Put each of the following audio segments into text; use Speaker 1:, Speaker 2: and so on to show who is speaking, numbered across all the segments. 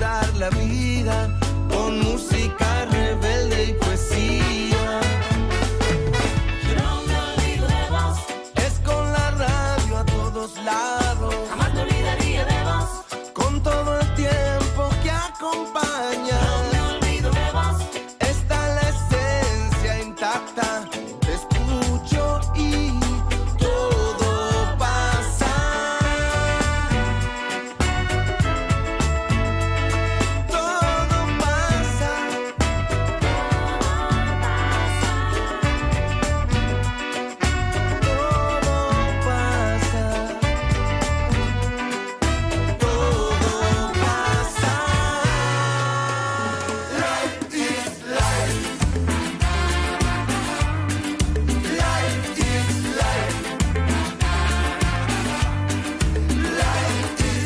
Speaker 1: Dar la vida con música rebelde y poesía. Es con la radio a todos lados. Jamás te olvidaría de vos. Con todo el tiempo que acompaña. Está la esencia intacta. Te escucho y todo pasa. Todo pasa. Todo pasa. Todo pasa. Life is life. Life is life. Life is life. Life is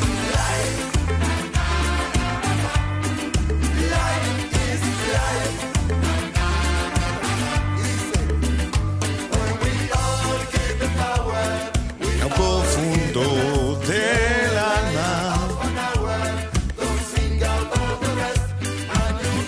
Speaker 1: life. When we all get the power,
Speaker 2: Me confundo de la nada.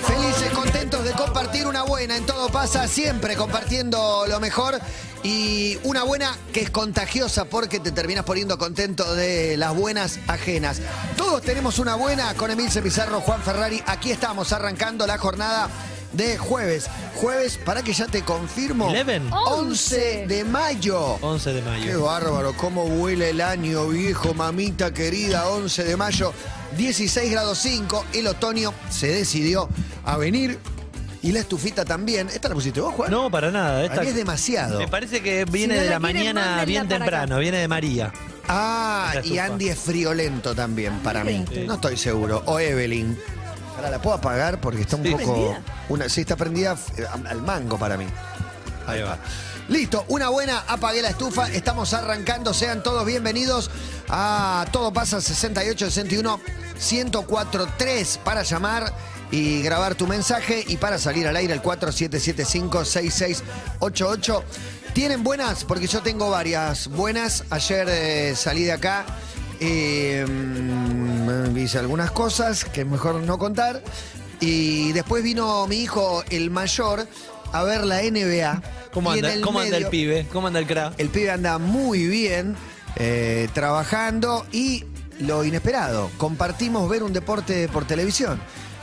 Speaker 3: Felices, contentos de compartir una buena en todo pasa, siempre compartiendo lo mejor y una buena que es contagiosa porque te terminas poniendo contento de las buenas ajenas. Todos tenemos una buena con Emilce Pizarro, Juan Ferrari. Aquí estamos arrancando la jornada de jueves. Jueves, para que ya te confirmo.
Speaker 4: 11.
Speaker 3: 11 de mayo.
Speaker 4: 11 de
Speaker 3: Qué
Speaker 4: mayo.
Speaker 3: bárbaro, cómo huele el año, viejo, mamita querida, 11 de mayo, 16 grados 5, el otoño se decidió a venir y la estufita también. ¿Esta la pusiste vos, Juan?
Speaker 4: No, para nada.
Speaker 3: Para
Speaker 4: Esta,
Speaker 3: mí es demasiado.
Speaker 4: me parece que viene
Speaker 5: Si no
Speaker 4: de
Speaker 5: la
Speaker 4: la
Speaker 5: quieren,
Speaker 4: mañana
Speaker 5: mándenla
Speaker 4: bien
Speaker 5: para acá.
Speaker 4: temprano, viene de María.
Speaker 3: Ah,
Speaker 4: Esta
Speaker 3: y
Speaker 4: estufa.
Speaker 3: Andy es friolento también para mí.
Speaker 5: Sí.
Speaker 3: No estoy seguro. O Evelyn. Ahora la puedo apagar porque está un
Speaker 4: Sí.
Speaker 3: poco.
Speaker 5: ¿Prendida?
Speaker 3: Una, sí, está prendida eh, al mango para mí. Ahí va. Listo, una buena, apagué la estufa, estamos arrancando, sean todos bienvenidos a Todo Pasa 68 61 104 3 para llamar y grabar tu mensaje y para salir al aire al 4775-6688. ¿Tienen buenas? Porque yo tengo varias buenas. Ayer eh, salí de acá, eh, mm, hice algunas cosas que es mejor no contar. Y después vino mi hijo, el mayor, a ver la NBA.
Speaker 4: ¿Cómo,
Speaker 3: Y en
Speaker 4: anda,
Speaker 3: el
Speaker 4: ¿cómo anda el
Speaker 3: medio-
Speaker 4: pibe? ¿Cómo anda el crack?
Speaker 3: El pibe anda muy bien eh, trabajando y lo inesperado, compartimos ver un deporte por televisión.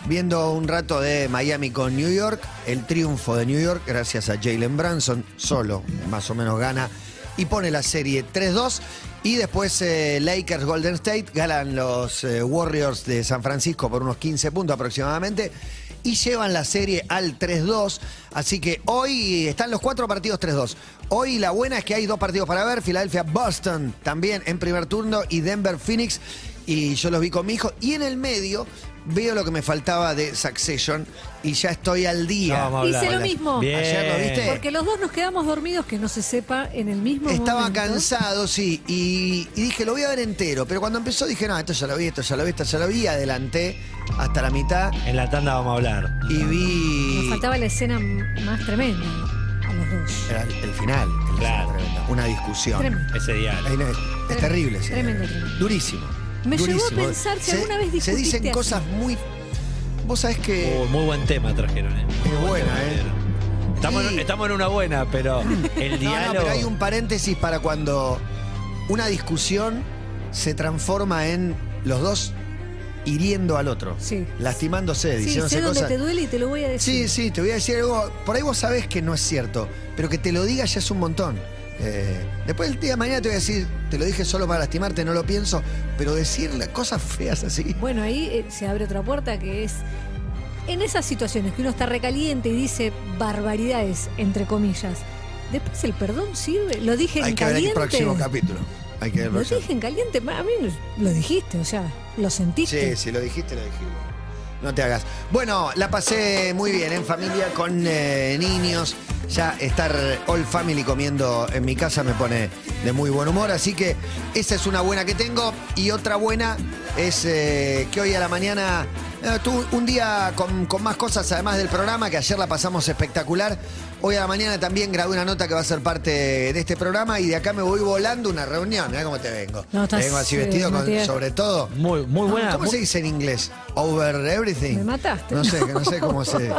Speaker 3: Viendo un rato de Miami con New York, el triunfo de New York gracias a Jalen Branson, solo más o menos gana y pone la serie 3-2. Y después eh, Lakers Golden State, ganan los eh, Warriors de San Francisco por unos 15 puntos aproximadamente y llevan la serie al 3-2. Así que hoy están los cuatro partidos 3-2. Hoy la buena es que hay dos partidos para ver, Filadelfia Boston también en primer turno y Denver Phoenix. Y yo los vi con mi hijo y en el medio veo lo que me faltaba de Succession y ya estoy al día.
Speaker 4: No, vamos a
Speaker 5: Hice
Speaker 4: hablar.
Speaker 5: lo mismo.
Speaker 4: Bien.
Speaker 3: Ayer lo viste.
Speaker 5: Porque los dos nos quedamos dormidos que no se sepa en el mismo
Speaker 3: Estaba
Speaker 5: momento.
Speaker 3: cansado, sí, y, y dije, lo voy a ver entero. Pero cuando empezó dije, no, esto ya lo vi, esto ya lo vi, esto ya lo vi. Adelanté hasta la mitad
Speaker 4: En la tanda vamos a hablar.
Speaker 3: y vi...
Speaker 5: Nos faltaba la escena m- más tremenda a los dos.
Speaker 3: Era el, el final. el
Speaker 4: Claro.
Speaker 3: final, tremendo. Una discusión.
Speaker 5: Tremendo.
Speaker 4: Ese día.
Speaker 3: Ahí no es, es
Speaker 5: Tremendo,
Speaker 3: terrible. señora.
Speaker 5: tremendo, tremendo.
Speaker 3: Durísimo.
Speaker 5: Me llevó a
Speaker 3: durísimo.
Speaker 5: pensar si
Speaker 3: Se-
Speaker 5: alguna vez
Speaker 3: Se
Speaker 5: discutiste
Speaker 3: dicen
Speaker 5: así.
Speaker 3: cosas muy. Vos sabés que.
Speaker 4: Oh, muy buen tema trajeron, ¿eh? Muy buen
Speaker 3: buena,
Speaker 4: tema
Speaker 3: ¿eh?
Speaker 4: trajeron. Estamos, en-
Speaker 3: Sí.
Speaker 4: estamos en una buena, pero el
Speaker 3: No, no,
Speaker 4: diálogo.
Speaker 3: pero hay un paréntesis para cuando una discusión se transforma en los dos hiriendo al otro.
Speaker 5: Sí.
Speaker 3: Lastimándose,
Speaker 5: Sí,
Speaker 3: diciéndose
Speaker 5: sé dónde
Speaker 3: cosas.
Speaker 5: te duele y te lo voy a decir.
Speaker 3: Sí, sí, te voy a decir algo. Por ahí vos sabés que no es cierto, pero que te lo diga ya es un montón. Eh, después el día de mañana te voy a decir, te lo dije solo para lastimarte, no lo pienso, pero decir las cosas feas así.
Speaker 5: Bueno, ahí eh, se abre otra puerta que es. En esas situaciones que uno está recaliente y dice barbaridades, entre comillas, después el perdón sirve. Lo dije
Speaker 3: Hay
Speaker 5: en
Speaker 3: que ver
Speaker 5: caliente.
Speaker 3: el próximo capítulo. Hay que ver el
Speaker 5: lo
Speaker 3: próximo.
Speaker 5: dije en caliente. ma- A mí no- lo dijiste, o sea, lo sentiste.
Speaker 3: Sí, si lo dijiste, lo dijiste. No te hagas. Bueno, la pasé muy bien en familia con eh, niños. Ya estar all family comiendo en mi casa me pone de muy buen humor. Así que esa es una buena que tengo. Y otra buena es eh, que hoy a la mañana eh, tuve un día con, con más cosas además del programa, que ayer la pasamos espectacular. Hoy a la mañana también grabé una nota que va a ser parte de este programa y de acá me voy volando a una reunión. Mirá cómo te vengo.
Speaker 5: No, estás,
Speaker 3: te vengo así
Speaker 5: eh,
Speaker 3: vestido con,
Speaker 5: Matías. Ah.
Speaker 3: sobre todo.
Speaker 4: Muy, muy buena.
Speaker 3: ¿Cómo
Speaker 4: muy-
Speaker 3: se dice en inglés? Over everything.
Speaker 5: Me mataste.
Speaker 3: No sé, no sé cómo se.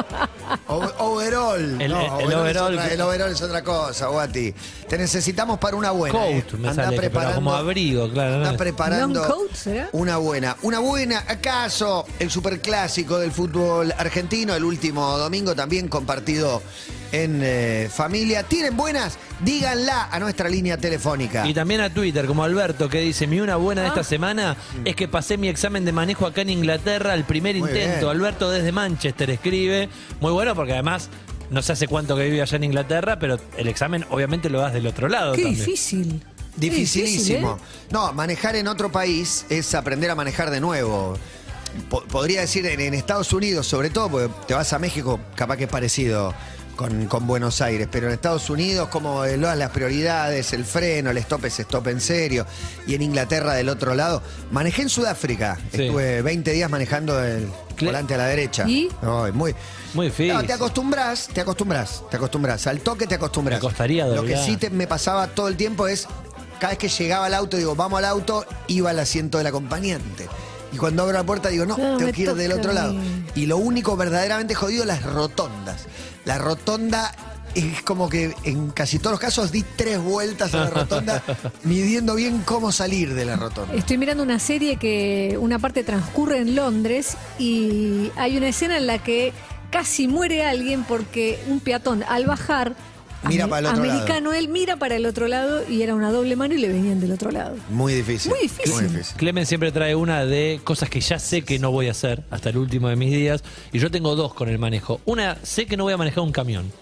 Speaker 3: Over- Overall.
Speaker 4: El-
Speaker 3: no,
Speaker 4: el- el
Speaker 3: es
Speaker 4: overall
Speaker 3: otra-
Speaker 4: que-
Speaker 3: el overall es otra cosa, Guati. Te necesitamos para una buena. eh.
Speaker 4: Coat, me
Speaker 3: Andá
Speaker 4: sale, que- pero como abrigo, claro. ¿no?
Speaker 3: Está preparando
Speaker 5: ¿Long coat será?
Speaker 3: una buena. Una buena, acaso, el superclásico del fútbol argentino, el último domingo también compartido en eh, familia. ¿Tienen buenas? Díganla a nuestra línea telefónica.
Speaker 4: Y también a Twitter, como Alberto, que dice, mi una buena de
Speaker 5: Ah.
Speaker 4: esta semana es que pasé mi examen de manejo acá en Inglaterra, el primer
Speaker 3: Mm. Muy
Speaker 4: intento.
Speaker 3: bien.
Speaker 4: Alberto desde Manchester escribe, muy bueno porque además no sé hace cuánto que vive allá en Inglaterra, pero el examen obviamente lo das del otro lado.
Speaker 5: Qué
Speaker 4: también.
Speaker 5: difícil. Qué
Speaker 3: Dificilísimo.
Speaker 5: difícil, ¿eh?
Speaker 3: No, manejar en otro país es aprender a manejar de nuevo. Po- podría decir en, en Estados Unidos, sobre todo, porque te vas a México, capaz que es parecido con, con Buenos Aires, pero en Estados Unidos, como eh, lo- las prioridades, el freno, el stop es stop en serio, y en Inglaterra del otro lado. Manejé en Sudáfrica,
Speaker 4: Sí.
Speaker 3: estuve 20 días manejando el
Speaker 4: Cle-
Speaker 3: volante a la derecha.
Speaker 5: ¿Y?
Speaker 3: Ay, muy,
Speaker 4: Muy difícil.
Speaker 3: no, te acostumbras, te acostumbras, te acostumbras. Al toque te acostumbras.
Speaker 4: Me costaría
Speaker 3: Lo que
Speaker 4: doblar.
Speaker 3: sí te- me pasaba todo el tiempo es, cada vez que llegaba al auto, digo, vamos al auto, iba al asiento del acompañante. Y cuando abro la puerta digo, no,
Speaker 5: No,
Speaker 3: tengo
Speaker 5: me
Speaker 3: que ir del
Speaker 5: toca
Speaker 3: otro
Speaker 5: a
Speaker 3: lado.
Speaker 5: mí.
Speaker 3: Y lo único verdaderamente jodido, las rotondas. La rotonda es como que en casi todos los casos di tres vueltas a la rotonda, midiendo bien cómo salir de la rotonda.
Speaker 5: Estoy mirando una serie que una parte transcurre en Londres y hay una escena en la que casi muere alguien porque un peatón al bajar
Speaker 3: Mira
Speaker 5: ame-
Speaker 3: para el otro lado.
Speaker 5: americano él mira para el otro lado y era una doble mano y le venían del otro lado.
Speaker 3: Muy difícil.
Speaker 5: Muy difícil.
Speaker 4: Clemen siempre trae una de cosas que ya sé que no voy a hacer hasta el último de mis días. Y yo tengo dos con el manejo. Una, sé que no voy a manejar un camión.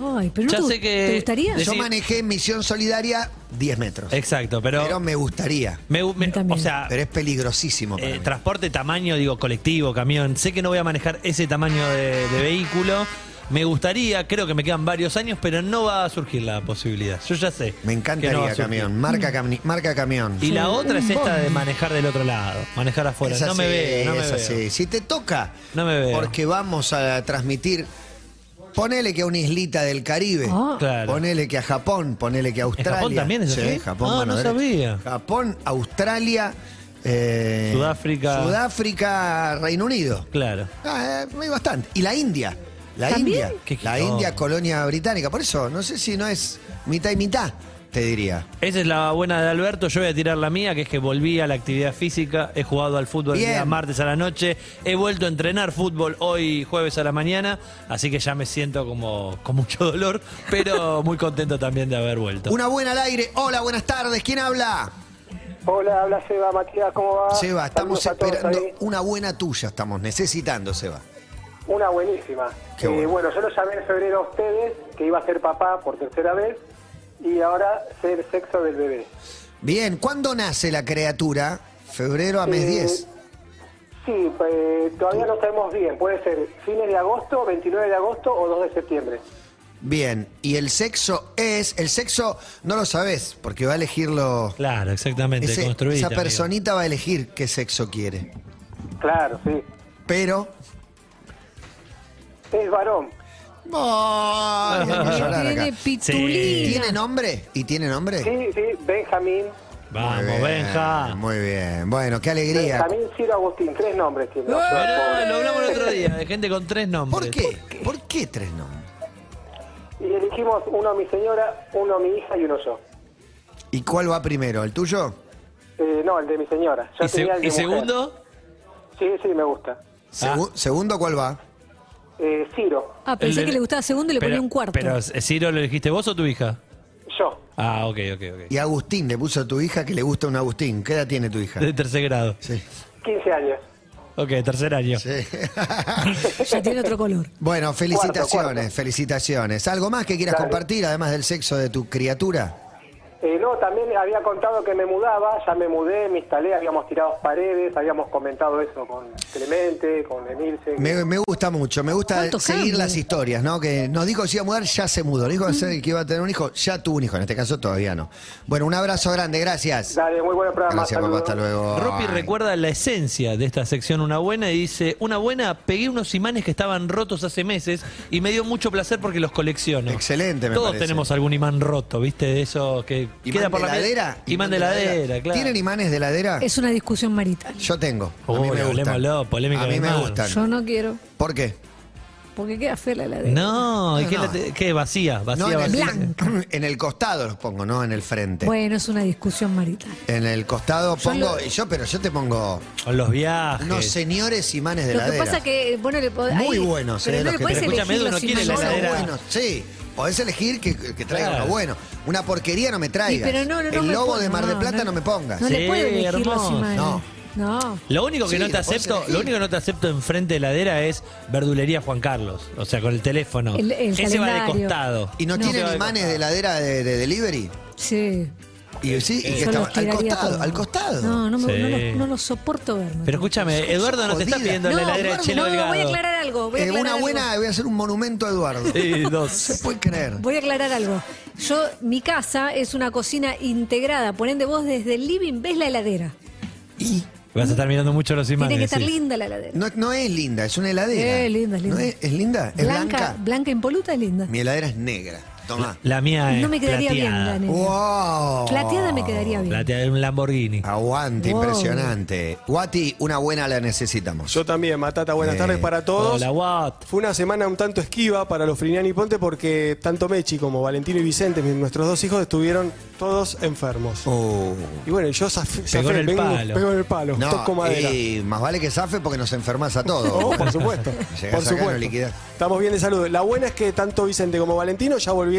Speaker 5: Ay, pero no
Speaker 4: Ya
Speaker 5: te,
Speaker 4: sé que-
Speaker 5: ¿te gustaría?
Speaker 4: Decí-
Speaker 3: Yo manejé en Misión Solidaria 10 metros.
Speaker 4: Exacto, pero...
Speaker 3: Pero me gustaría.
Speaker 4: me- me- o
Speaker 5: también.
Speaker 4: sea,
Speaker 3: Pero es peligrosísimo. para
Speaker 4: Eh,
Speaker 3: mí.
Speaker 4: transporte tamaño, digo, colectivo, camión. Sé que no voy a manejar ese tamaño de, de vehículo. Me gustaría, creo que me quedan varios años, pero no va a surgir la posibilidad. Yo ya sé.
Speaker 3: Me
Speaker 4: que no va a
Speaker 3: encantaría
Speaker 4: surgir.
Speaker 3: camión. Marca, cami- marca camión.
Speaker 4: Y la otra es
Speaker 5: Un
Speaker 4: esta de
Speaker 5: bondi.
Speaker 4: manejar del otro lado, manejar afuera.
Speaker 3: Es
Speaker 4: no me
Speaker 3: así,
Speaker 4: veo, no me
Speaker 3: es
Speaker 4: veo.
Speaker 3: así. Si te toca,
Speaker 4: No me veo.
Speaker 3: porque vamos a transmitir. Ponele que a una islita del Caribe.
Speaker 5: Ah.
Speaker 4: Claro.
Speaker 3: Ponele que a Japón, ponele que a Australia.
Speaker 4: Japón también es
Speaker 3: Sí,
Speaker 4: así?
Speaker 3: Japón,
Speaker 4: Ah,
Speaker 3: mano
Speaker 4: no
Speaker 3: derecha.
Speaker 4: sabía.
Speaker 3: Japón, Australia, eh,
Speaker 4: Sudáfrica.
Speaker 3: Sudáfrica, Reino Unido.
Speaker 4: Claro.
Speaker 3: Ah, eh, hay bastante. Y la India. La
Speaker 5: ¿También?
Speaker 3: India.
Speaker 4: Qué
Speaker 3: La
Speaker 4: quilombo.
Speaker 3: India, colonia británica. Por eso, no sé si no es mitad y mitad, te diría.
Speaker 4: Esa es la buena de Alberto, yo voy a tirar la mía, que es que volví a la actividad física, he jugado al fútbol el
Speaker 3: Bien.
Speaker 4: día martes a la noche, he vuelto a entrenar fútbol hoy jueves a la mañana, así que ya me siento como con mucho dolor, pero muy contento también de haber vuelto.
Speaker 3: Una buena al aire. Hola, buenas tardes. ¿Quién habla?
Speaker 6: Hola, habla Seba, Matías, ¿cómo va?
Speaker 3: Seba, estamos
Speaker 6: Saludos a todos
Speaker 3: esperando
Speaker 6: ahí.
Speaker 3: una buena tuya. Estamos necesitando, Seba.
Speaker 6: Una buenísima.
Speaker 3: Qué
Speaker 6: Eh,
Speaker 3: bueno.
Speaker 6: bueno. yo lo llamé en febrero a ustedes, que iba a ser papá por tercera vez, y ahora sé el sexo del bebé.
Speaker 3: Bien, ¿cuándo nace la criatura? Febrero a mes
Speaker 6: Eh,
Speaker 3: 10.
Speaker 6: Sí, eh, todavía no sabemos bien, puede ser fines de agosto, 29 de agosto o 2 de septiembre.
Speaker 3: Bien, y el sexo es. El sexo no lo sabes, porque va a elegirlo.
Speaker 4: Claro, exactamente,
Speaker 3: Ese-
Speaker 4: construí.
Speaker 3: esa personita va a elegir qué sexo quiere.
Speaker 6: Claro, sí.
Speaker 3: Pero.
Speaker 6: Es varón.
Speaker 3: ¡Ay,
Speaker 4: Ah.
Speaker 3: hay que llorar acá!
Speaker 5: Tiene pitulina.
Speaker 4: Sí.
Speaker 3: ¿Tiene nombre? ¿Y tiene nombre?
Speaker 6: Sí, sí, Benjamín.
Speaker 3: Muy
Speaker 4: Vamos,
Speaker 3: bien,
Speaker 4: Benja.
Speaker 3: Muy bien. Bueno, qué alegría.
Speaker 6: Benjamín Ciro Agustín, tres nombres tiene.
Speaker 4: Pero
Speaker 6: Pobre.
Speaker 4: lo hablamos el otro día, de gente con tres nombres.
Speaker 3: ¿Por qué? ¿Por qué tres nombres?
Speaker 6: Y elegimos uno a mi señora, uno a mi hija y uno yo.
Speaker 3: ¿Y cuál va primero? ¿El tuyo?
Speaker 6: Eh, no, el de mi señora. Yo
Speaker 4: ¿Y, se-
Speaker 6: tenía el de
Speaker 4: y
Speaker 6: mujer.
Speaker 4: segundo?
Speaker 6: Sí, sí, me gusta.
Speaker 4: Ah.
Speaker 3: Segu- ¿Segundo cuál va?
Speaker 6: Eh, Ciro,
Speaker 5: Ah,
Speaker 4: El
Speaker 5: pensé
Speaker 4: de-
Speaker 5: que le gustaba segundo y le ponía
Speaker 4: Pero-
Speaker 5: un cuarto.
Speaker 4: Pero, eh, ¿Ciro lo elegiste vos o tu hija?
Speaker 6: yo.
Speaker 4: Ah, ok, ok, ok.
Speaker 3: Y Agustín le puso a tu hija que le gusta un Agustín. ¿Qué edad tiene tu hija?
Speaker 4: De tercer grado.
Speaker 3: Sí.
Speaker 6: 15 años.
Speaker 4: Ok, tercer año.
Speaker 3: Sí.
Speaker 4: Ah.
Speaker 5: Ya tiene otro color.
Speaker 3: bueno, felicitaciones,
Speaker 6: Cuarto, cuarto.
Speaker 3: felicitaciones. ¿Algo más que quieras
Speaker 6: Dale.
Speaker 3: compartir, además del sexo de tu criatura?
Speaker 6: Eh, no, también había contado que me mudaba, ya me mudé, me instalé, habíamos tirado paredes, habíamos comentado eso con, Clemente, con Emilce.
Speaker 3: Me, me gusta mucho, me gusta
Speaker 5: ¿Cuánto
Speaker 3: seguir
Speaker 5: cambio?
Speaker 3: las historias, ¿no? Que nos dijo que se iba a mudar, ya se mudó. Dijo que se- que iba a tener un hijo, ya tuvo un hijo. En este caso todavía no. Bueno, un abrazo grande, gracias.
Speaker 6: Dale, muy buen programa.
Speaker 3: Gracias, papá,
Speaker 6: saludos.
Speaker 3: hasta luego.
Speaker 4: Ropi
Speaker 3: Ay.
Speaker 4: recuerda la esencia de esta sección Una Buena y dice, Una Buena, pegué unos imanes que estaban rotos hace meses y me dio mucho placer porque los colecciono.
Speaker 3: Excelente, me
Speaker 4: Todos
Speaker 3: parece.
Speaker 4: tenemos algún imán roto, ¿viste? De eso que
Speaker 3: ¿Imán
Speaker 4: queda por
Speaker 3: de
Speaker 4: la
Speaker 3: ladera?
Speaker 4: Imán de ladera, claro.
Speaker 3: ¿Tienen imanes de ladera?
Speaker 5: Es una discusión marital.
Speaker 3: Yo tengo. a
Speaker 4: Uy,
Speaker 3: mí me gustan.
Speaker 4: hablemoslo, polémica
Speaker 3: a mí
Speaker 4: del
Speaker 3: me
Speaker 4: mar.
Speaker 3: gustan.
Speaker 5: Yo no quiero,
Speaker 3: ¿Por qué?
Speaker 5: porque queda fea la heladera.
Speaker 4: No, ¿y
Speaker 3: No,
Speaker 4: qué,
Speaker 3: no.
Speaker 4: la- qué? Vacía, vacía,
Speaker 3: No, en,
Speaker 4: vacía.
Speaker 3: el, en el costado los pongo, no en el frente.
Speaker 5: Bueno, es una discusión marital.
Speaker 3: En el costado pongo,
Speaker 5: lo-
Speaker 3: yo, pero yo te pongo
Speaker 4: Con los viajes.
Speaker 3: unos señores imanes de
Speaker 5: Lo que
Speaker 3: ladera.
Speaker 5: pasa que, bueno, le pod-
Speaker 3: Muy
Speaker 5: ahí-
Speaker 3: buenos, eh,
Speaker 5: pero no
Speaker 3: los
Speaker 5: le
Speaker 3: que
Speaker 5: podés
Speaker 3: te-
Speaker 5: elegir
Speaker 4: Escúchame, uno
Speaker 5: los
Speaker 4: quiere la
Speaker 3: Solo
Speaker 5: imanes.
Speaker 4: heladera.
Speaker 3: buenos, sí. Podés elegir que, que traiga
Speaker 4: Claro.
Speaker 3: uno bueno. Una porquería no me
Speaker 5: Y,
Speaker 3: traigas.
Speaker 5: pero no, no, no
Speaker 3: el
Speaker 5: me
Speaker 3: lobo
Speaker 5: pongas,
Speaker 3: de Mar del Plata no, me pongas.
Speaker 5: No
Speaker 4: Sí,
Speaker 5: le puedo elegir los
Speaker 4: hermoso.
Speaker 5: imanes.
Speaker 3: No.
Speaker 5: No.
Speaker 4: Lo único que
Speaker 3: Sí,
Speaker 4: no te
Speaker 3: lo podés
Speaker 4: acepto,
Speaker 3: elegir.
Speaker 4: lo único que no te acepto enfrente de la heladera es verdulería Juan Carlos, o sea, con el teléfono.
Speaker 5: El- el
Speaker 4: Ese va de
Speaker 5: calendario.
Speaker 4: costado.
Speaker 3: Y no,
Speaker 5: No.
Speaker 4: Ese va
Speaker 3: tienen imanes de ladera de, de delivery.
Speaker 5: Sí.
Speaker 3: Y sí, y que
Speaker 5: Yo
Speaker 3: está-
Speaker 5: los
Speaker 3: al
Speaker 5: tiraría
Speaker 3: costado,
Speaker 5: todos.
Speaker 3: al costado.
Speaker 5: No, no, me,
Speaker 4: Sí.
Speaker 5: no, los, no los soporto ver. no.
Speaker 4: Pero escúchame, Eh, Eduardo no te está
Speaker 3: jodida.
Speaker 4: pidiendo
Speaker 5: no,
Speaker 4: la heladera de
Speaker 5: Eduardo,
Speaker 4: Chelo
Speaker 5: no,
Speaker 4: Delgado.
Speaker 5: voy a aclarar algo. Voy a
Speaker 3: Eh,
Speaker 5: aclarar
Speaker 3: una
Speaker 5: algo.
Speaker 3: buena, voy a hacer un monumento a Eduardo.
Speaker 4: Sí,
Speaker 3: No se
Speaker 4: dos.
Speaker 3: puede creer.
Speaker 5: Voy a aclarar algo. Yo, mi casa es una cocina integrada. Por ende, vos desde el living ves la heladera.
Speaker 3: Y
Speaker 4: Vas a estar mirando mucho los imanes.
Speaker 5: Tiene que estar
Speaker 4: sí.
Speaker 5: linda la heladera.
Speaker 3: no, no es linda, es una heladera.
Speaker 5: Eh, linda, es linda.
Speaker 3: ¿No es, es linda? ¿Es blanca?
Speaker 5: Blanca, blanca impoluta es linda.
Speaker 3: Mi heladera es negra. Tomá.
Speaker 4: La mía es
Speaker 5: No me quedaría
Speaker 4: Eh, plateada.
Speaker 5: bien, Dani.
Speaker 3: ¡Wow!
Speaker 5: Plateada me quedaría bien.
Speaker 4: Plateada de un Lamborghini.
Speaker 3: Aguante,
Speaker 5: Wow.
Speaker 3: impresionante. Guati, una buena la necesitamos.
Speaker 7: Yo también, Matata, buenas
Speaker 3: Eh,
Speaker 7: tardes para todos.
Speaker 4: Hola, Watt.
Speaker 7: Fue una semana un tanto esquiva para los Friniani Ponte porque tanto Mechi como Valentino y Vicente, mis- nuestros dos hijos, estuvieron todos enfermos.
Speaker 3: Oh.
Speaker 7: Y bueno, yo zafé,
Speaker 4: Pegó en
Speaker 7: zafé,
Speaker 4: el
Speaker 7: vengo-
Speaker 4: palo.
Speaker 7: pego en el palo, toco
Speaker 3: No, eh,
Speaker 7: madera.
Speaker 3: y más vale que zafe porque nos enfermas a todos.
Speaker 7: Oh, por supuesto.
Speaker 3: Llegás
Speaker 7: por
Speaker 3: acá,
Speaker 7: supuesto.
Speaker 3: no liquidás.
Speaker 7: Estamos bien de salud. La buena es que tanto Vicente como Valentino ya volvieron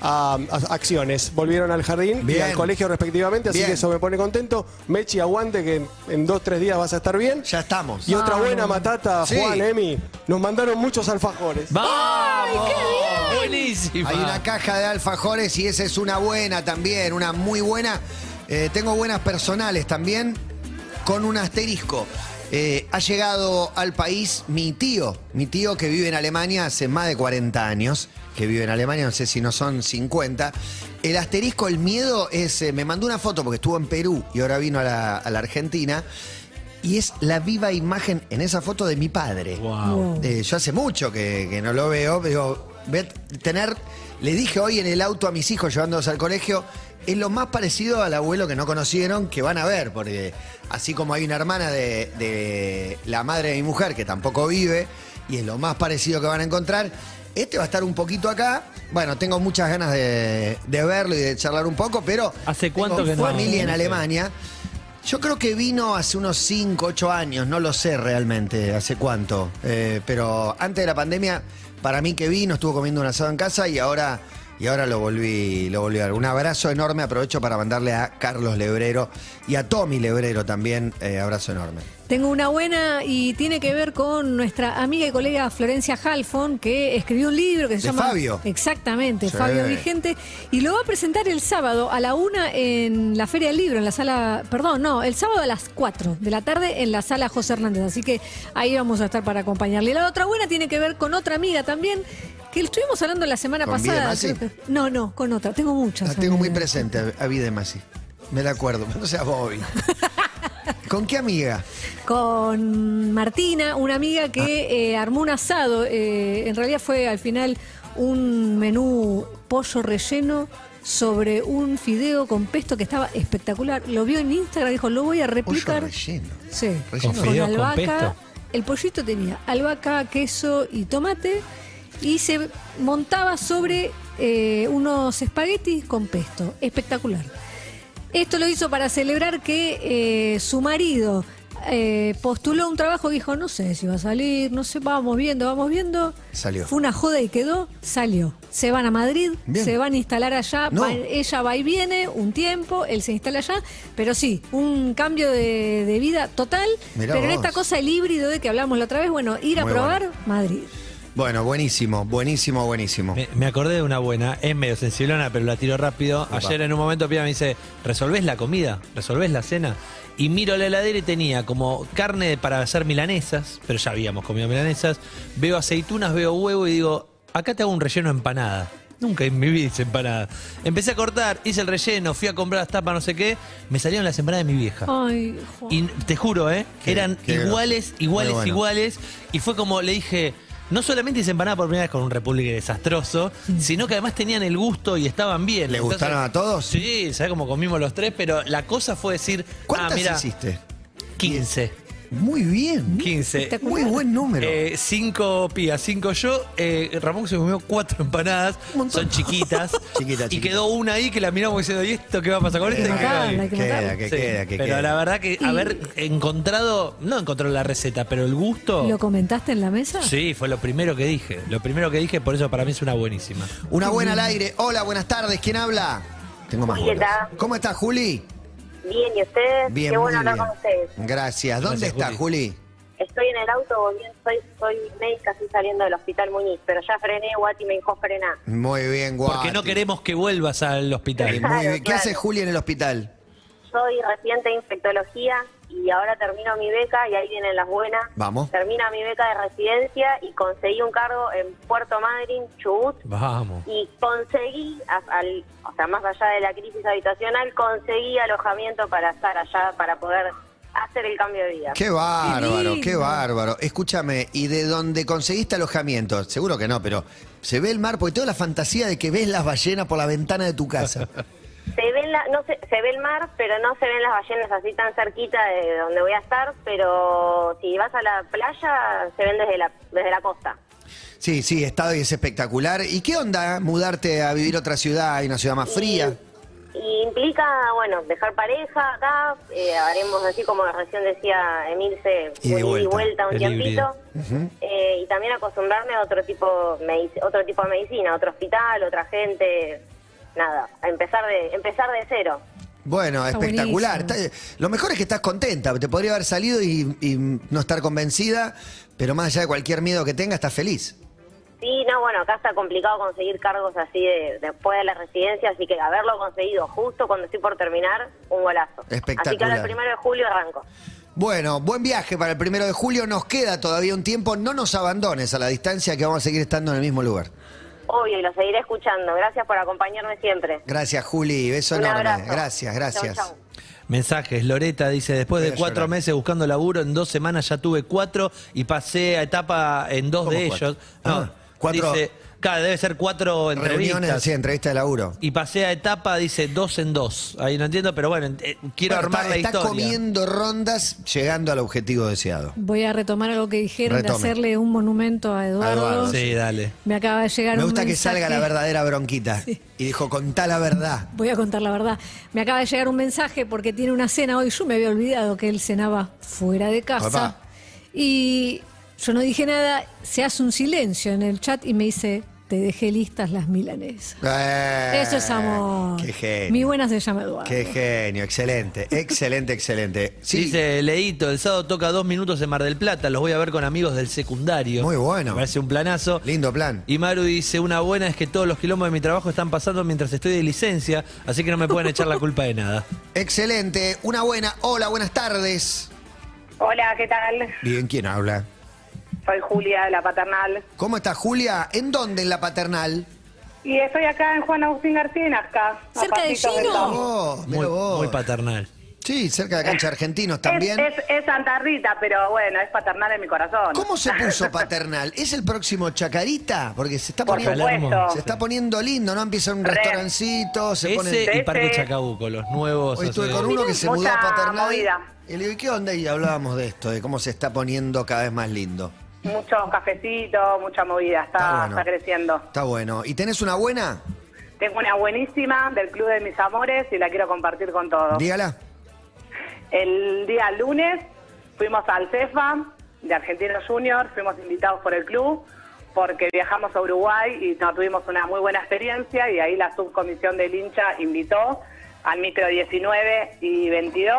Speaker 7: a, a acciones. Volvieron al jardín y
Speaker 3: Bien.
Speaker 7: al colegio respectivamente, así
Speaker 3: Bien.
Speaker 7: que eso me pone contento. Mechi, aguante que en, en dos, tres días vas a estar bien.
Speaker 3: Ya estamos.
Speaker 7: Y otra buena matata,
Speaker 3: Sí.
Speaker 7: Juan, Emi. Nos mandaron muchos alfajores.
Speaker 4: ¡Vamos! Buenísima.
Speaker 3: Hay una caja de alfajores y esa es una buena también, una muy buena. Eh, tengo buenas personales también, con un asterisco. Eh, ha llegado al país mi tío, mi tío que vive en Alemania hace más de 40 años, que vive en Alemania, no sé si no son 50. El asterisco, el miedo es, eh, me mandó una foto porque estuvo en Perú y ahora vino a la, a la Argentina, y es la viva imagen en esa foto de mi padre.
Speaker 4: Wow.
Speaker 3: Eh, yo hace mucho que, que no lo veo, pero voy a tener. Le dije hoy en el auto a mis hijos llevándolos al colegio, es lo más parecido al abuelo que no conocieron que van a ver, porque así como hay una hermana de, de la madre de mi mujer que tampoco vive, y es lo más parecido que van a encontrar, este va a estar un poquito acá. Bueno, tengo muchas ganas de, de verlo y de charlar un poco, pero.
Speaker 4: ¿Hace cuánto
Speaker 3: tengo
Speaker 4: que no?
Speaker 3: Familia en Alemania. Yo creo que vino hace unos 5, 8 años, no lo sé realmente hace cuánto, eh, pero antes de la pandemia, para mí que vino, estuvo comiendo un asado en casa y ahora, y ahora lo, volví, lo volví a ver. Un abrazo enorme, aprovecho para mandarle a Carlos Lebrero y a Tommy Lebrero también, eh, abrazo enorme.
Speaker 5: Tengo una buena y tiene que ver con nuestra amiga y colega Florencia Halfon, que escribió un libro que se
Speaker 3: De
Speaker 5: llama
Speaker 3: Fabio.
Speaker 5: Exactamente,
Speaker 3: Sí.
Speaker 5: Fabio Vigente. Y lo va a presentar el sábado a la una en la Feria del Libro, en la sala. Perdón, no, el sábado a las 4 de la tarde en la sala José Hernández. Así que ahí vamos a estar para acompañarle. Y La otra buena tiene que ver con otra amiga también. Que estuvimos hablando la semana
Speaker 3: ¿Con
Speaker 5: pasada.
Speaker 3: Viedma,
Speaker 5: creo que- No, no, con otra. Tengo muchas.
Speaker 3: La tengo muy
Speaker 5: amigas.
Speaker 3: presente a, a Videmasi, me la acuerdo, no seas Bobby. ¿Con qué amiga?
Speaker 5: con Martina, una amiga que
Speaker 3: Ah.
Speaker 5: eh, armó un asado. eh, en realidad fue al final un menú pollo relleno sobre un fideo con pesto que estaba espectacular. Lo vio en Instagram, dijo, lo voy a
Speaker 3: Pollo
Speaker 5: replicar.
Speaker 3: relleno.
Speaker 5: Sí,
Speaker 3: Relleno de-
Speaker 4: Con fideos con
Speaker 5: albahaca.
Speaker 4: pesto.
Speaker 5: el pollito tenía albahaca, queso y tomate y se montaba sobre eh, unos espaguetis con pesto. Espectacular. Esto lo hizo para celebrar que eh, su marido eh, postuló un trabajo y dijo, no sé si va a salir, no sé, vamos viendo, vamos viendo.
Speaker 3: Salió.
Speaker 5: Fue una joda y quedó, salió. Se van a Madrid,
Speaker 3: Bien.
Speaker 5: se van a instalar allá,
Speaker 3: No.
Speaker 5: va- ella va y viene un tiempo, él se instala allá, pero sí, un cambio de, de vida total.
Speaker 3: Mirá
Speaker 5: pero en
Speaker 3: vos.
Speaker 5: esta cosa el híbrido de que hablamos la otra vez, bueno, ir a
Speaker 3: Muy
Speaker 5: probar Madrid.
Speaker 3: Bueno, buenísimo, buenísimo, buenísimo.
Speaker 4: Me, me acordé de una buena, es medio sensiblona, pero la tiro rápido. Ayer en un momento Pia me dice, ¿resolvés la comida? ¿Resolvés la cena? Y miro la heladera y tenía como carne para hacer milanesas, pero ya habíamos comido milanesas. Veo aceitunas, veo huevo y digo, acá te hago un relleno de empanada. Nunca en mi vida hice empanada. Empecé a cortar, hice el relleno, fui a comprar las tapas, no sé qué. Me salieron las empanadas de mi vieja.
Speaker 5: Ay, Juan.
Speaker 4: Y te juro, ¿eh?
Speaker 3: Qué-
Speaker 4: eran
Speaker 3: qué
Speaker 4: iguales,
Speaker 3: groso.
Speaker 4: iguales,
Speaker 3: Muy bueno.
Speaker 4: iguales. Y fue como le dije. No solamente hice empanada por primera vez con un república desastroso, sino que además tenían el gusto y estaban bien.
Speaker 3: ¿Le
Speaker 4: Entonces,
Speaker 3: gustaron a todos?
Speaker 4: Sí, ¿sabes cómo comimos los tres? Pero la cosa fue decir, ah,
Speaker 3: ¿Cuántas
Speaker 4: mira,
Speaker 3: hiciste?
Speaker 4: 15.
Speaker 3: Muy bien.
Speaker 4: 15.
Speaker 3: Muy buen número.
Speaker 4: Eh, cinco pías, cinco yo. Eh, Ramón se comió cuatro empanadas.
Speaker 3: Un montón.
Speaker 4: Son chiquitas.
Speaker 3: Chiquita,
Speaker 4: Y
Speaker 3: chiquita.
Speaker 4: quedó una ahí que la miramos diciendo, ¿y esto qué va a pasar con este?". esto?
Speaker 5: que
Speaker 4: Y quedó ahí.
Speaker 5: matarla, hay que
Speaker 3: queda,
Speaker 5: matarla.
Speaker 3: que
Speaker 4: Sí,
Speaker 3: queda, que
Speaker 4: pero
Speaker 3: queda.
Speaker 4: la verdad que
Speaker 5: Y-
Speaker 4: haber encontrado, no encontró la receta, pero el gusto.
Speaker 5: ¿Lo comentaste en la mesa?
Speaker 4: Sí, fue lo primero que dije. Lo primero que dije, por eso para mí es una buenísima.
Speaker 3: Una buena al aire. Hola, buenas tardes. ¿Quién habla? Tengo más.
Speaker 8: ¿Qué
Speaker 3: bolas.
Speaker 8: tal?
Speaker 3: ¿Cómo estás, Juli?
Speaker 8: Bien, ¿y ustedes?
Speaker 3: Bien,
Speaker 8: Qué bueno
Speaker 3: muy
Speaker 8: hablar
Speaker 3: bien.
Speaker 8: con ustedes.
Speaker 3: Gracias. ¿Dónde
Speaker 4: Gracias,
Speaker 3: estás, Juli?
Speaker 8: Estoy en el auto, volviendo, soy, soy médica, estoy saliendo del hospital Muñiz, pero ya frené, Guati me dijo frenar.
Speaker 3: Muy bien, guau.
Speaker 4: Porque no queremos que vuelvas al
Speaker 3: Muy
Speaker 4: hospital.
Speaker 8: Claro,
Speaker 3: bien. ¿Qué
Speaker 8: claro.
Speaker 3: hace Juli en el hospital?
Speaker 8: Soy residente de infectología y ahora termino mi beca y ahí vienen las buenas.
Speaker 3: Vamos.
Speaker 8: Termina mi beca de residencia y conseguí un cargo en Puerto Madryn, Chubut.
Speaker 3: Pues,
Speaker 4: Vamos.
Speaker 8: Y conseguí, a- al- o sea, más allá de la crisis habitacional, conseguí alojamiento para estar allá, para poder hacer el cambio de vida.
Speaker 3: Qué bárbaro, qué,
Speaker 5: lindo.
Speaker 3: bárbaro. Escúchame, ¿y de dónde conseguiste alojamiento? Seguro que no, pero se ve el mar porque tengo la fantasía de que ves las ballenas por la ventana de tu casa.
Speaker 8: Se ven la, no se, se ve el mar, pero no se ven las ballenas así tan cerquita de donde voy a estar, pero si vas a la playa se ven desde la desde la costa.
Speaker 3: Sí, sí, estado y es espectacular. ¿Y qué onda mudarte a vivir a otra ciudad, y una ciudad más fría?
Speaker 8: Y, y implica, bueno, dejar pareja acá, eh, haremos así como recién decía Emilce,
Speaker 3: Y de
Speaker 8: un ida y
Speaker 3: vuelta,
Speaker 8: vuelta un
Speaker 4: el
Speaker 8: tiempito. Eh, y también acostumbrarme a otro tipo medic- otro tipo de medicina, otro hospital, otra gente, nada, a empezar de empezar de cero.
Speaker 3: Bueno,
Speaker 5: Está
Speaker 3: espectacular.
Speaker 5: buenísimo.
Speaker 3: Está- eh, lo mejor es que estás contenta. Te podría haber salido y, y no estar convencida, pero más allá de cualquier miedo que tenga, estás feliz.
Speaker 8: Sí, no, bueno, acá está complicado conseguir cargos así de, después de la residencia, así que haberlo conseguido justo cuando estoy por terminar, un golazo. Así que
Speaker 3: Espectacular.
Speaker 8: ahora el primero de julio arranco.
Speaker 3: Bueno, buen viaje para el primero de julio. Nos queda todavía un tiempo. No nos abandones a la distancia que vamos a seguir estando en el mismo lugar.
Speaker 8: Obvio, y lo seguiré escuchando. Gracias por acompañarme siempre.
Speaker 3: Gracias, Juli. Beso
Speaker 8: un
Speaker 3: enorme.
Speaker 8: abrazo.
Speaker 3: Gracias, gracias.
Speaker 8: Chau, chau.
Speaker 4: Mensajes. Loreta dice, después de
Speaker 3: Voy a
Speaker 4: cuatro
Speaker 3: llorar.
Speaker 4: meses buscando laburo, en dos semanas ya tuve cuatro y pasé a etapa en dos
Speaker 3: ¿Cómo
Speaker 4: de
Speaker 3: cuatro?
Speaker 4: ellos.
Speaker 3: Ah, cuatro-
Speaker 4: Dice, claro, debe ser cuatro
Speaker 3: Reuniones,
Speaker 4: entrevistas.
Speaker 3: sí, entrevista de laburo.
Speaker 4: Y pasé a etapa, dice, dos en dos. Ahí no entiendo, pero bueno, ent- eh, quiero
Speaker 3: Bueno,
Speaker 4: armar
Speaker 3: está,
Speaker 4: la
Speaker 3: está
Speaker 4: historia.
Speaker 3: comiendo rondas, llegando al objetivo deseado.
Speaker 5: Voy a retomar algo que dijeron
Speaker 3: Retome.
Speaker 5: de hacerle un monumento a Eduardo.
Speaker 3: Eduardo,
Speaker 4: Sí, dale.
Speaker 5: Me acaba de llegar
Speaker 3: Me
Speaker 5: un
Speaker 3: gusta que
Speaker 5: mensaje-
Speaker 3: salga la verdadera bronquita. Y dijo, contá la verdad.
Speaker 5: Voy a contar la verdad. Me acaba de llegar un mensaje porque tiene una cena hoy. Yo me había olvidado que él cenaba fuera de casa.
Speaker 3: Papá.
Speaker 5: Y yo no dije nada. Se hace un silencio en el chat y me dice, te dejé listas las milanesas.
Speaker 3: Eh,
Speaker 5: Eso es amor.
Speaker 3: Qué genio.
Speaker 5: Mi buena se llama Eduardo.
Speaker 3: Qué genio, excelente, excelente, excelente. Sí,
Speaker 4: Dice Leito, el sábado toca dos minutos en Mar del Plata, los voy a ver con amigos del secundario.
Speaker 3: Muy bueno.
Speaker 4: Me parece un planazo.
Speaker 3: lindo plan.
Speaker 4: Y Maru dice, una buena es que todos los quilombos de mi trabajo están pasando mientras estoy de licencia, así que no me pueden echar la culpa de nada.
Speaker 3: Excelente, una buena. Hola, buenas tardes.
Speaker 8: Hola, ¿qué tal?
Speaker 3: Bien, ¿quién habla?
Speaker 8: Soy Julia de la Paternal.
Speaker 3: ¿Cómo estás, Julia? ¿En dónde en la paternal?
Speaker 8: Y estoy acá en Juan Agustín García, acá.
Speaker 5: a Cerca de pasitos de Gino. acá.
Speaker 3: Vos,
Speaker 4: Muy,
Speaker 3: mira Oh, vos.
Speaker 4: muy paternal.
Speaker 3: Sí, cerca de la cancha de argentinos también.
Speaker 8: Es, Santa Rita, pero bueno, es Paternal en mi corazón.
Speaker 3: ¿Cómo se puso paternal? ¿Es el próximo Chacarita? Porque se está
Speaker 8: Por
Speaker 3: poniendo,
Speaker 8: supuesto.
Speaker 3: se está poniendo lindo, ¿no? Empieza un
Speaker 8: Re.
Speaker 3: restaurancito, se pone...
Speaker 4: Ese y
Speaker 8: Ese-
Speaker 4: Parque Chacabuco, los nuevos.
Speaker 3: Hoy estuve
Speaker 4: hace-
Speaker 3: con uno que se mudó a
Speaker 8: mucha
Speaker 3: Paternal.
Speaker 8: movida.
Speaker 3: Y le digo, ¿y qué onda? Y hablábamos de esto, de cómo se está poniendo cada vez más lindo.
Speaker 8: Muchos cafecitos, mucha movida, está,
Speaker 3: Está bueno.
Speaker 8: está creciendo.
Speaker 3: Está bueno. ¿Y tenés una buena?
Speaker 8: Tengo una buenísima del Club de Mis Amores y la quiero compartir con todos.
Speaker 3: Dígala.
Speaker 8: El día lunes fuimos al CEFA de Argentinos Juniors, fuimos invitados por el club porque viajamos a Uruguay y no, tuvimos una muy buena experiencia y ahí la subcomisión del hincha invitó al micro 19 y 22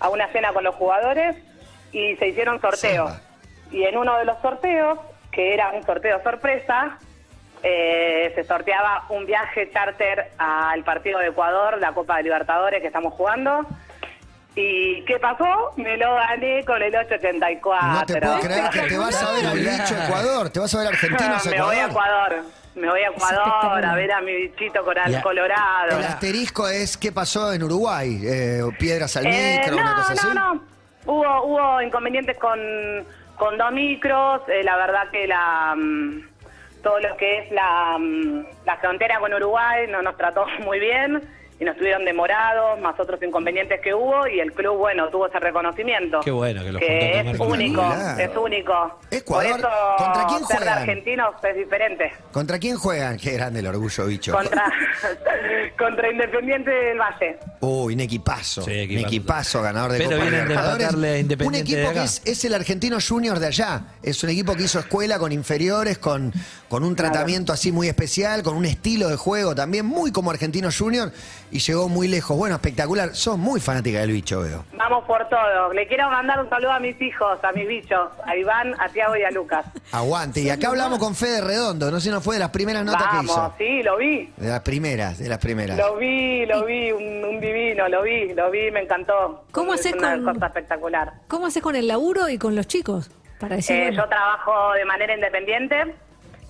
Speaker 8: a una cena con los jugadores y se hicieron sorteos.
Speaker 3: Samba.
Speaker 8: Y en uno de los sorteos
Speaker 9: que era un sorteo sorpresa. Eh, se sorteaba un viaje charter al partido de Ecuador, la Copa de Libertadores que estamos jugando. ¿Y qué pasó? Me lo gané con el 884.
Speaker 3: No te puedo creer que te vas a ver al bicho Ecuador, te vas a ver argentinos
Speaker 9: Me voy a Ecuador. Me voy a Ecuador a ver a mi bichito coral
Speaker 4: Ya.
Speaker 9: colorado.
Speaker 3: El asterisco es qué pasó en Uruguay, eh, o piedras al micro,
Speaker 9: Eh, no,
Speaker 3: una cosa
Speaker 9: no,
Speaker 3: así.
Speaker 9: no. Hubo, hubo inconvenientes con, con dos micros. eh, la verdad que la mm, todo lo que es la, mm, la frontera con Uruguay no nos trató muy bien y nos tuvieron demorados, más otros inconvenientes que hubo y el club, bueno, tuvo ese reconocimiento.
Speaker 4: Qué bueno que los juntó
Speaker 9: que
Speaker 4: con
Speaker 9: es
Speaker 4: Marco.
Speaker 9: único,
Speaker 3: Claro.
Speaker 9: es único.
Speaker 3: Ecuador,
Speaker 9: Por eso
Speaker 3: ¿contra quién
Speaker 9: ser de
Speaker 3: juegan?
Speaker 9: argentinos es diferente.
Speaker 3: ¿Contra quién juegan? Qué grande el orgullo, bicho.
Speaker 9: Contra, contra Independiente del Valle.
Speaker 3: Uy, un equipazo.
Speaker 4: Sí,
Speaker 3: un
Speaker 4: equipazo.
Speaker 3: equipazo, ganador de
Speaker 4: Pero
Speaker 3: Copa
Speaker 4: vienen de
Speaker 3: Libertadores.
Speaker 4: empatarle a
Speaker 3: un
Speaker 4: Independiente de
Speaker 3: equipo que
Speaker 4: acá.
Speaker 3: es, es el argentino junior de allá. Es un equipo que hizo escuela con inferiores, con, con un tratamiento así muy especial, con un estilo de juego también muy como argentino junior y llegó muy lejos. Bueno, espectacular. Sos muy fanática del bicho, veo.
Speaker 9: Vamos por todo. Le quiero mandar un saludo a mis hijos, a mis bichos, a Iván, a Tiago y a Lucas.
Speaker 3: Aguante. Y acá hablamos con Fede Redondo. No sé si no fue de las primeras notas que
Speaker 9: Vamos,
Speaker 3: hizo. Eh.
Speaker 9: sí, lo vi.
Speaker 3: De las primeras, de las primeras.
Speaker 9: Lo vi, lo vi, un, un divino, lo vi, lo vi, me encantó.
Speaker 5: ¿Cómo
Speaker 9: es
Speaker 5: haces
Speaker 9: una
Speaker 5: con-
Speaker 9: cosa espectacular.
Speaker 5: ¿Cómo haces con el laburo y con los chicos? Para decir,
Speaker 9: Eh,
Speaker 5: bueno,
Speaker 9: yo trabajo de manera independiente.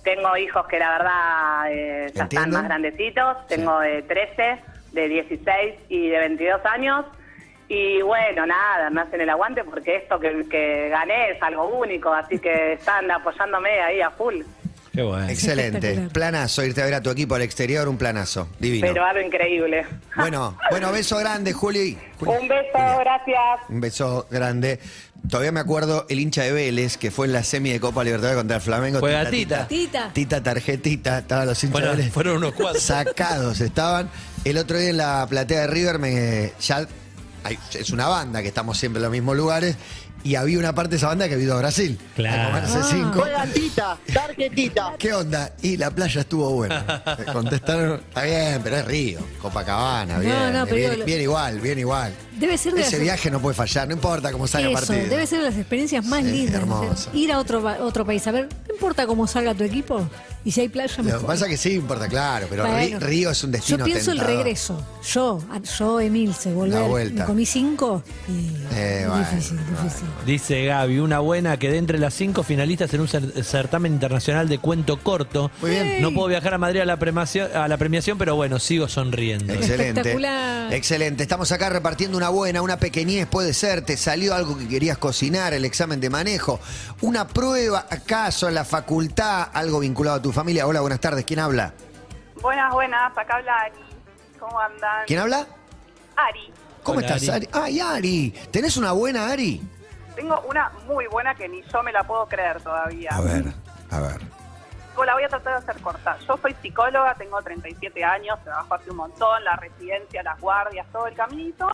Speaker 9: Tengo hijos que la verdad eh, ya están
Speaker 3: Entiendo.
Speaker 9: más grandecitos. Tengo de 13, de 16 y de 22 años. Y bueno, nada, me hacen el aguante porque esto que, que gané es algo único. Así que están apoyándome ahí a full.
Speaker 4: Qué bueno.
Speaker 3: Excelente.
Speaker 5: Espectacular.
Speaker 3: Planazo irte a ver a tu equipo al exterior, un planazo. Divino.
Speaker 9: Pero algo increíble.
Speaker 3: Bueno, bueno, beso grande, Juli. Juli.
Speaker 9: Un beso,
Speaker 3: Julia.
Speaker 9: gracias.
Speaker 3: Un beso grande. Todavía me acuerdo el hincha de Vélez que fue en la semi de Copa Libertadores contra el Flamengo.
Speaker 4: Fue
Speaker 3: Tita,
Speaker 4: gatita.
Speaker 5: Tita.
Speaker 3: Tita tarjetita, estaban los hinchas
Speaker 4: Fueron-
Speaker 3: de Vélez
Speaker 4: fueron unos cuantos.
Speaker 3: Sacados estaban. El otro día en la platea de River me ya hay- es una banda que estamos siempre en los mismos lugares y había una parte de esa banda que había ido a Brasil.
Speaker 4: Claro.
Speaker 3: A comerse
Speaker 5: Ah.
Speaker 3: cinco.
Speaker 1: Tita, tarjetita.
Speaker 3: ¿Qué onda? Y la playa estuvo buena. Me Contestaron, está bien, pero es Río, Copacabana,
Speaker 5: No,
Speaker 3: bien.
Speaker 5: no, pero
Speaker 3: bien,
Speaker 5: digo, lo-
Speaker 3: bien igual, bien igual.
Speaker 5: debe ser de
Speaker 3: Ese
Speaker 5: las-
Speaker 3: viaje no puede fallar, no importa cómo salga el
Speaker 5: Eso,
Speaker 3: partido.
Speaker 5: debe ser de las experiencias más
Speaker 3: Sí,
Speaker 5: lindas.
Speaker 3: hermoso.
Speaker 5: Ir a otro, va- otro país, a ver, no importa cómo salga tu equipo y si hay playa,
Speaker 3: Lo
Speaker 5: mejor.
Speaker 3: que pasa es que sí importa, claro, pero
Speaker 5: Bueno,
Speaker 3: Ri- Río es un destino
Speaker 5: Yo pienso
Speaker 3: tentador.
Speaker 5: el regreso. Yo, a- yo Emilce,
Speaker 3: La
Speaker 5: volver.
Speaker 3: vuelta.
Speaker 5: Me comí cinco y.
Speaker 3: Eh, bueno,
Speaker 5: difícil,
Speaker 3: bueno.
Speaker 5: difícil.
Speaker 4: Dice Gaby, una buena que de entre las cinco finalistas en un cer- certamen internacional de cuento corto.
Speaker 3: Muy bien.
Speaker 4: No puedo viajar a Madrid a la premacio- a la premiación, pero bueno, sigo sonriendo.
Speaker 3: Excelente.
Speaker 5: Espectacular.
Speaker 3: Excelente. Estamos acá repartiendo una buena, una pequeñez, puede ser, te salió algo que querías cocinar, el examen de manejo, una prueba acaso en la facultad, algo vinculado a tu familia. Hola, buenas tardes. ¿Quién habla?
Speaker 9: Buenas, buenas. Acá habla Ari. ¿Cómo andan?
Speaker 3: ¿Quién habla?
Speaker 9: Ari.
Speaker 3: ¿Cómo
Speaker 4: Hola,
Speaker 3: estás, Ari?
Speaker 4: Ari.
Speaker 3: Ay, Ari. ¿Tenés una buena, Ari?
Speaker 9: Tengo una muy buena que ni yo me la puedo creer todavía.
Speaker 3: ver, a ver.
Speaker 9: Yo la voy a tratar de hacer corta. Yo soy psicóloga, tengo 37 años, trabajo hace un montón, la residencia, las guardias, todo el caminito.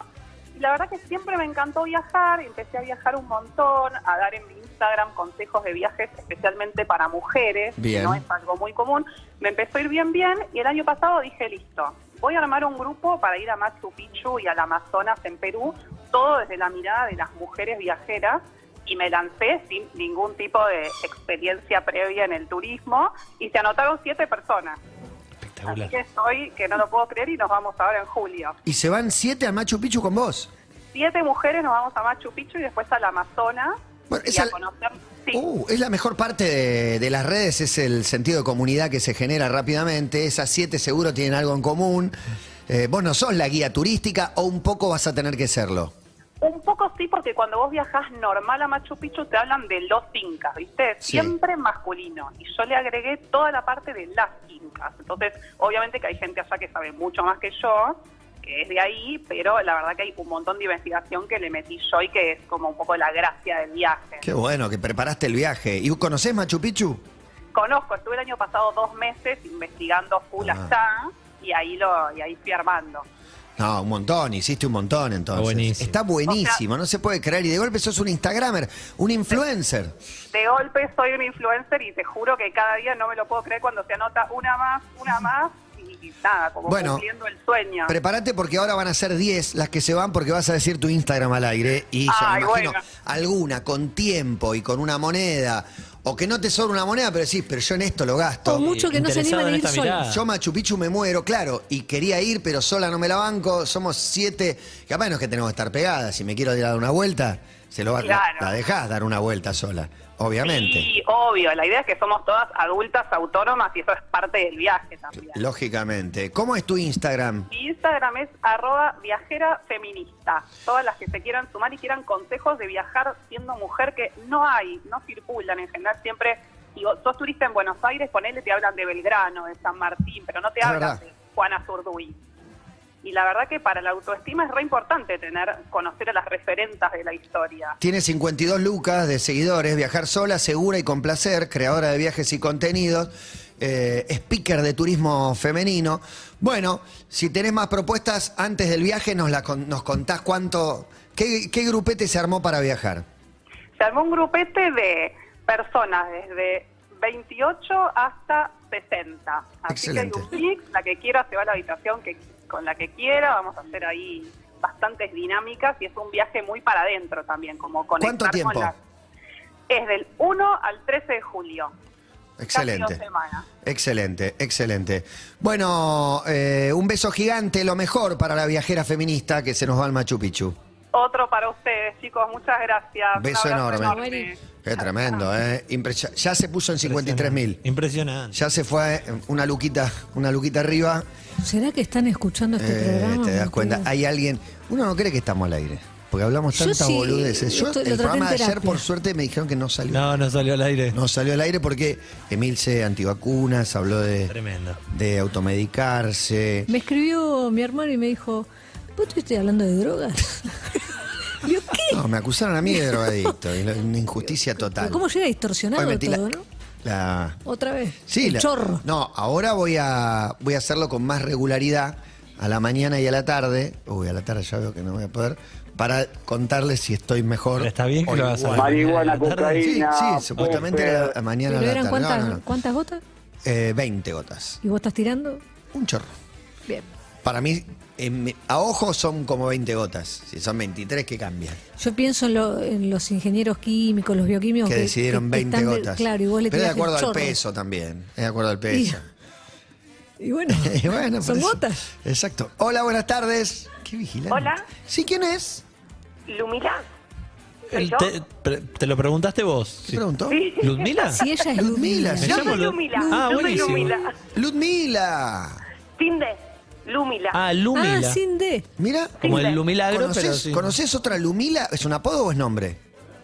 Speaker 9: Y la verdad que siempre me encantó viajar, empecé a viajar un montón, a dar en mi Instagram consejos de viajes, especialmente para mujeres,
Speaker 3: Bien.
Speaker 9: que no es algo muy común. Me empezó a ir bien, bien, y el año pasado dije, listo, voy a armar un grupo para ir a Machu Picchu y al Amazonas en Perú, todo desde la mirada de las mujeres viajeras, y me lancé sin ningún tipo de experiencia previa en el turismo, y se anotaron siete personas. Así
Speaker 4: Espectacular.
Speaker 9: que estoy, que no lo puedo creer, y nos vamos ahora en julio.
Speaker 3: ¿Y se van siete al Machu Picchu con vos?
Speaker 9: Siete mujeres nos vamos a Machu Picchu y después al Amazonas,
Speaker 3: Bueno,
Speaker 9: y
Speaker 3: esa-
Speaker 9: a conocer... Sí.
Speaker 3: Uh, es la mejor parte de, de las redes, es el sentido de comunidad que se genera rápidamente. Esas siete seguro tienen algo en común. Eh, vos no sos la guía turística o un poco vas a tener que serlo.
Speaker 9: Un poco sí, porque cuando vos viajás normal a Machu Picchu te hablan de los incas, ¿viste?
Speaker 3: Sí.
Speaker 9: Siempre masculino. Y yo le agregué toda la parte de las incas. Entonces, obviamente que hay gente allá que sabe mucho más que yo, que es de ahí, pero la verdad que hay un montón de investigación que le metí yo y que es como un poco la gracia del viaje.
Speaker 3: Qué bueno que preparaste el viaje. ¿Y conocés Machu Picchu?
Speaker 9: Conozco, estuve el año pasado dos meses investigando full
Speaker 3: Ah.
Speaker 9: allá y ahí, lo, y ahí fui armando.
Speaker 3: No, un montón, hiciste un montón entonces.
Speaker 4: Está buenísimo.
Speaker 3: Está buenísimo, no se puede creer. Y de golpe sos un Instagramer, un influencer.
Speaker 9: De golpe soy un influencer y te juro que cada día no me lo puedo creer cuando se anota una más, una más y, y nada, como
Speaker 3: Bueno,
Speaker 9: cumpliendo el sueño.
Speaker 3: Prepárate porque ahora van a ser 10 las que se van porque vas a decir tu Instagram al aire y ya me
Speaker 9: Ay,
Speaker 3: imagino
Speaker 9: bueno.
Speaker 3: alguna con tiempo y con una moneda O que no te sobra una moneda, pero decís, pero yo en esto lo gasto.
Speaker 5: O mucho que no se animan
Speaker 4: Interesado en
Speaker 5: a ir
Speaker 4: esta mirada.
Speaker 5: solos.
Speaker 3: Yo Machu Picchu me muero, claro, y quería ir, pero sola no me la banco. Somos siete. Capaz no es que tenemos que estar pegadas. Si me quiero ir a dar una vuelta, se lo va,
Speaker 9: Claro.
Speaker 3: la, la dejás dar una vuelta sola, obviamente.
Speaker 9: Sí, obvio. La idea es que somos todas adultas, autónomas y eso es parte del viaje también.
Speaker 3: Lógicamente. ¿Cómo es tu Instagram?
Speaker 9: Mi Instagram es arroba viajera feminista. Todas las que se quieran sumar y quieran consejos de viajar siendo mujer que no hay, no circulan en general siempre. Digo, sos turista en Buenos Aires, ponele, te hablan de Belgrano, de San Martín, pero no te
Speaker 3: Es
Speaker 9: hablan
Speaker 3: verdad.
Speaker 9: de Juana Zurduy. Y la verdad que para la autoestima es re importante tener, conocer a las referentas de la historia.
Speaker 3: Tiene 52 lucas de seguidores, viajar sola, segura y con placer, creadora de viajes y contenidos, eh, speaker de turismo femenino. Bueno, si tenés más propuestas antes del viaje, nos, la, con- nos contás cuánto, qué, qué grupete se armó para viajar.
Speaker 9: Se armó un grupete de personas desde 28 hasta 60. Así
Speaker 3: Excelente.
Speaker 9: que hay un mix, la que quiera se va a la habitación que, con la que quiera, vamos a hacer ahí bastantes dinámicas y es un viaje muy para adentro también, como conectar
Speaker 3: ¿Cuánto tiempo?
Speaker 9: con la... Es del 1 al 13 de julio.
Speaker 3: Excelente.
Speaker 9: Casi dos semanas.
Speaker 3: Excelente, excelente. Bueno, eh, un beso gigante, lo mejor para la viajera feminista que se nos va al Machu Picchu.
Speaker 9: Otro para ustedes, chicos, muchas gracias. Un
Speaker 3: Beso
Speaker 9: abrazo
Speaker 3: enorme.
Speaker 9: enorme.
Speaker 3: Qué tremendo, ¿eh? Impresi- ya se puso en 53 mil.
Speaker 4: Ah. Impresionante.
Speaker 3: Ya se fue una luquita, una luquita arriba.
Speaker 5: ¿Será que están escuchando este
Speaker 3: Eh,
Speaker 5: programa?
Speaker 3: te das cuenta,
Speaker 5: Matías?
Speaker 3: hay alguien. Uno no cree que estamos al aire, porque hablamos
Speaker 5: Yo
Speaker 3: tantas
Speaker 5: sí,
Speaker 3: boludeces. Yo,
Speaker 5: esto- lo
Speaker 3: el
Speaker 5: traté en
Speaker 3: programa de ayer,
Speaker 5: terapia.
Speaker 3: por suerte, me dijeron que no salió. No,
Speaker 4: No, no salió al aire.
Speaker 3: salió al aire porque Emilce antivacunas, habló de,
Speaker 4: Tremendo.
Speaker 3: de automedicarse.
Speaker 5: Me escribió mi hermano y me dijo, ¿vos estuviste hablando de drogas? Le Digo, ¿qué?
Speaker 3: No, me acusaron a mí de drogadicto. y la- Una injusticia total.
Speaker 5: ¿Cómo llega
Speaker 3: Hoy
Speaker 5: distorsionado
Speaker 3: metí
Speaker 5: todo,
Speaker 3: la,
Speaker 5: no?
Speaker 3: la-
Speaker 5: Otra vez.
Speaker 3: Sí,
Speaker 5: El
Speaker 3: la-
Speaker 5: chorro.
Speaker 3: No, ahora voy a, voy a hacerlo con más regularidad a la mañana y a la tarde. Uy, a la tarde ya veo que no voy a poder. Para contarles si estoy mejor.
Speaker 4: Pero está bien que
Speaker 3: o
Speaker 4: lo hagas a la
Speaker 3: igual.
Speaker 4: Marihuana,
Speaker 10: Marihuana,
Speaker 4: cocaína,
Speaker 3: Sí,
Speaker 10: cocaína.
Speaker 3: sí, supuestamente era a la
Speaker 5: ¿Pero
Speaker 3: mañana a la
Speaker 5: eran
Speaker 3: tarde.
Speaker 5: cuántas,
Speaker 3: No, no, no.
Speaker 5: cuántas gotas?
Speaker 3: Eh, 20 gotas.
Speaker 5: ¿Y vos estás tirando?
Speaker 3: Un chorro.
Speaker 5: Bien.
Speaker 3: Para mí, en mi- a ojo son como 20 gotas. Si son 23, que cambian.
Speaker 5: Yo pienso en, lo- en los ingenieros químicos, los bioquímicos.
Speaker 3: que decidieron
Speaker 5: que
Speaker 3: 20
Speaker 5: están de-
Speaker 3: gotas.
Speaker 5: claro, y vos le
Speaker 3: Pero es
Speaker 5: tirás
Speaker 3: de acuerdo
Speaker 5: el
Speaker 3: al
Speaker 5: chorro.
Speaker 3: peso también. Es de acuerdo al peso.
Speaker 5: Y bueno,
Speaker 3: Y bueno, por
Speaker 5: son
Speaker 3: eso.
Speaker 5: gotas.
Speaker 3: Exacto. Hola, buenas tardes. Qué vigilante.
Speaker 9: Hola.
Speaker 3: Sí, ¿quién es?
Speaker 9: Lumila, ¿Soy
Speaker 4: El-
Speaker 9: yo?
Speaker 4: te, pre- te lo preguntaste vos.
Speaker 3: ¿Te
Speaker 4: Sí.
Speaker 3: preguntó?
Speaker 9: Sí.
Speaker 4: ¿Ludmila?
Speaker 5: Si ella es
Speaker 3: Ludmila,
Speaker 5: Ludmila.
Speaker 3: sí.
Speaker 4: Me
Speaker 9: Yo
Speaker 4: llamo
Speaker 9: soy
Speaker 4: Lu-
Speaker 9: Lumila.
Speaker 4: Ah,
Speaker 9: yo soy
Speaker 4: buenísimo.
Speaker 9: Lumila.
Speaker 3: Ludmila.
Speaker 9: Tinde, Lumila.
Speaker 4: Ah, Lumila.
Speaker 5: Ah, sin D.
Speaker 3: Mira.
Speaker 4: Como el Lumilagro, pero
Speaker 3: ¿Conoces,
Speaker 4: sí.
Speaker 3: conoces otra Lumila? ¿Es un apodo o es nombre?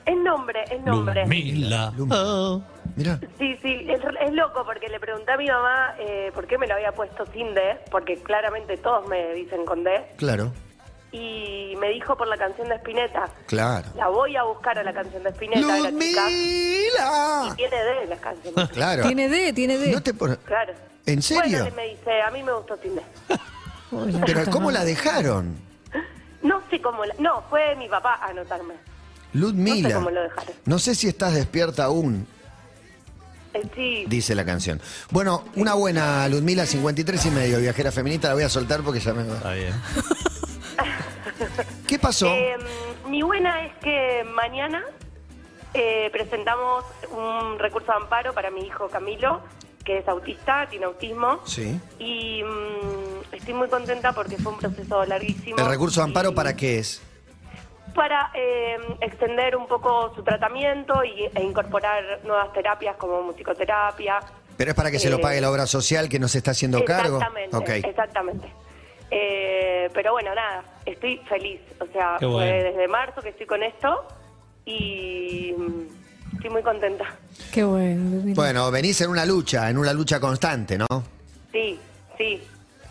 Speaker 9: El nombre, el nombre.
Speaker 4: Lumila.
Speaker 3: Lumila.
Speaker 4: Oh.
Speaker 3: Mira.
Speaker 10: Sí, sí, es, es loco porque le pregunté a mi mamá eh, por qué me lo había puesto sin D, porque claramente todos me dicen con D,
Speaker 3: Claro,
Speaker 10: y me dijo por la canción de Spinetta.
Speaker 3: claro.
Speaker 10: La voy a buscar a la canción de Spinetta, de la chica.
Speaker 3: Ludmila.
Speaker 10: Tiene D la canción.
Speaker 3: Claro.
Speaker 5: Tiene D, tiene D.
Speaker 3: No te pon-
Speaker 10: Claro.
Speaker 3: ¿En serio?
Speaker 10: Bueno, él me dice, a mí me gustó sin D.
Speaker 5: Oh, la
Speaker 3: Pero
Speaker 5: puta
Speaker 3: ¿cómo
Speaker 5: madre.
Speaker 3: la dejaron?
Speaker 10: No sé cómo la- No, fue mi papá a anotarme.
Speaker 3: Ludmila.
Speaker 10: No sé cómo lo dejaron.
Speaker 3: No sé si estás despierta aún,
Speaker 10: Eh, sí,
Speaker 3: dice la canción. Bueno, una buena Ludmila, 53 y medio, viajera feminista, la voy a soltar porque ya me
Speaker 4: Está bien.
Speaker 3: ¿Qué pasó?
Speaker 10: Eh, mi buena es que mañana eh, presentamos un recurso de amparo para mi hijo Camilo, que es autista, tiene autismo.
Speaker 3: sí.
Speaker 10: Y mm, estoy muy contenta porque fue un proceso larguísimo.
Speaker 3: ¿El recurso de amparo
Speaker 10: Y
Speaker 3: para qué es?
Speaker 10: Para eh, extender un poco su tratamiento y, e incorporar nuevas terapias como musicoterapia.
Speaker 3: Pero es para que se lo
Speaker 10: Eh,
Speaker 3: pague la obra social que nos está haciendo cargo.
Speaker 10: Exactamente,
Speaker 3: Ok.
Speaker 10: exactamente. Eh, pero bueno, nada, estoy feliz. O sea,
Speaker 4: Qué bueno.
Speaker 10: fue desde marzo que estoy con esto y mm, estoy muy contenta.
Speaker 5: Qué bueno, Ludmila.
Speaker 3: Bueno, venís en una lucha, en una lucha constante, ¿no?
Speaker 10: Sí, sí,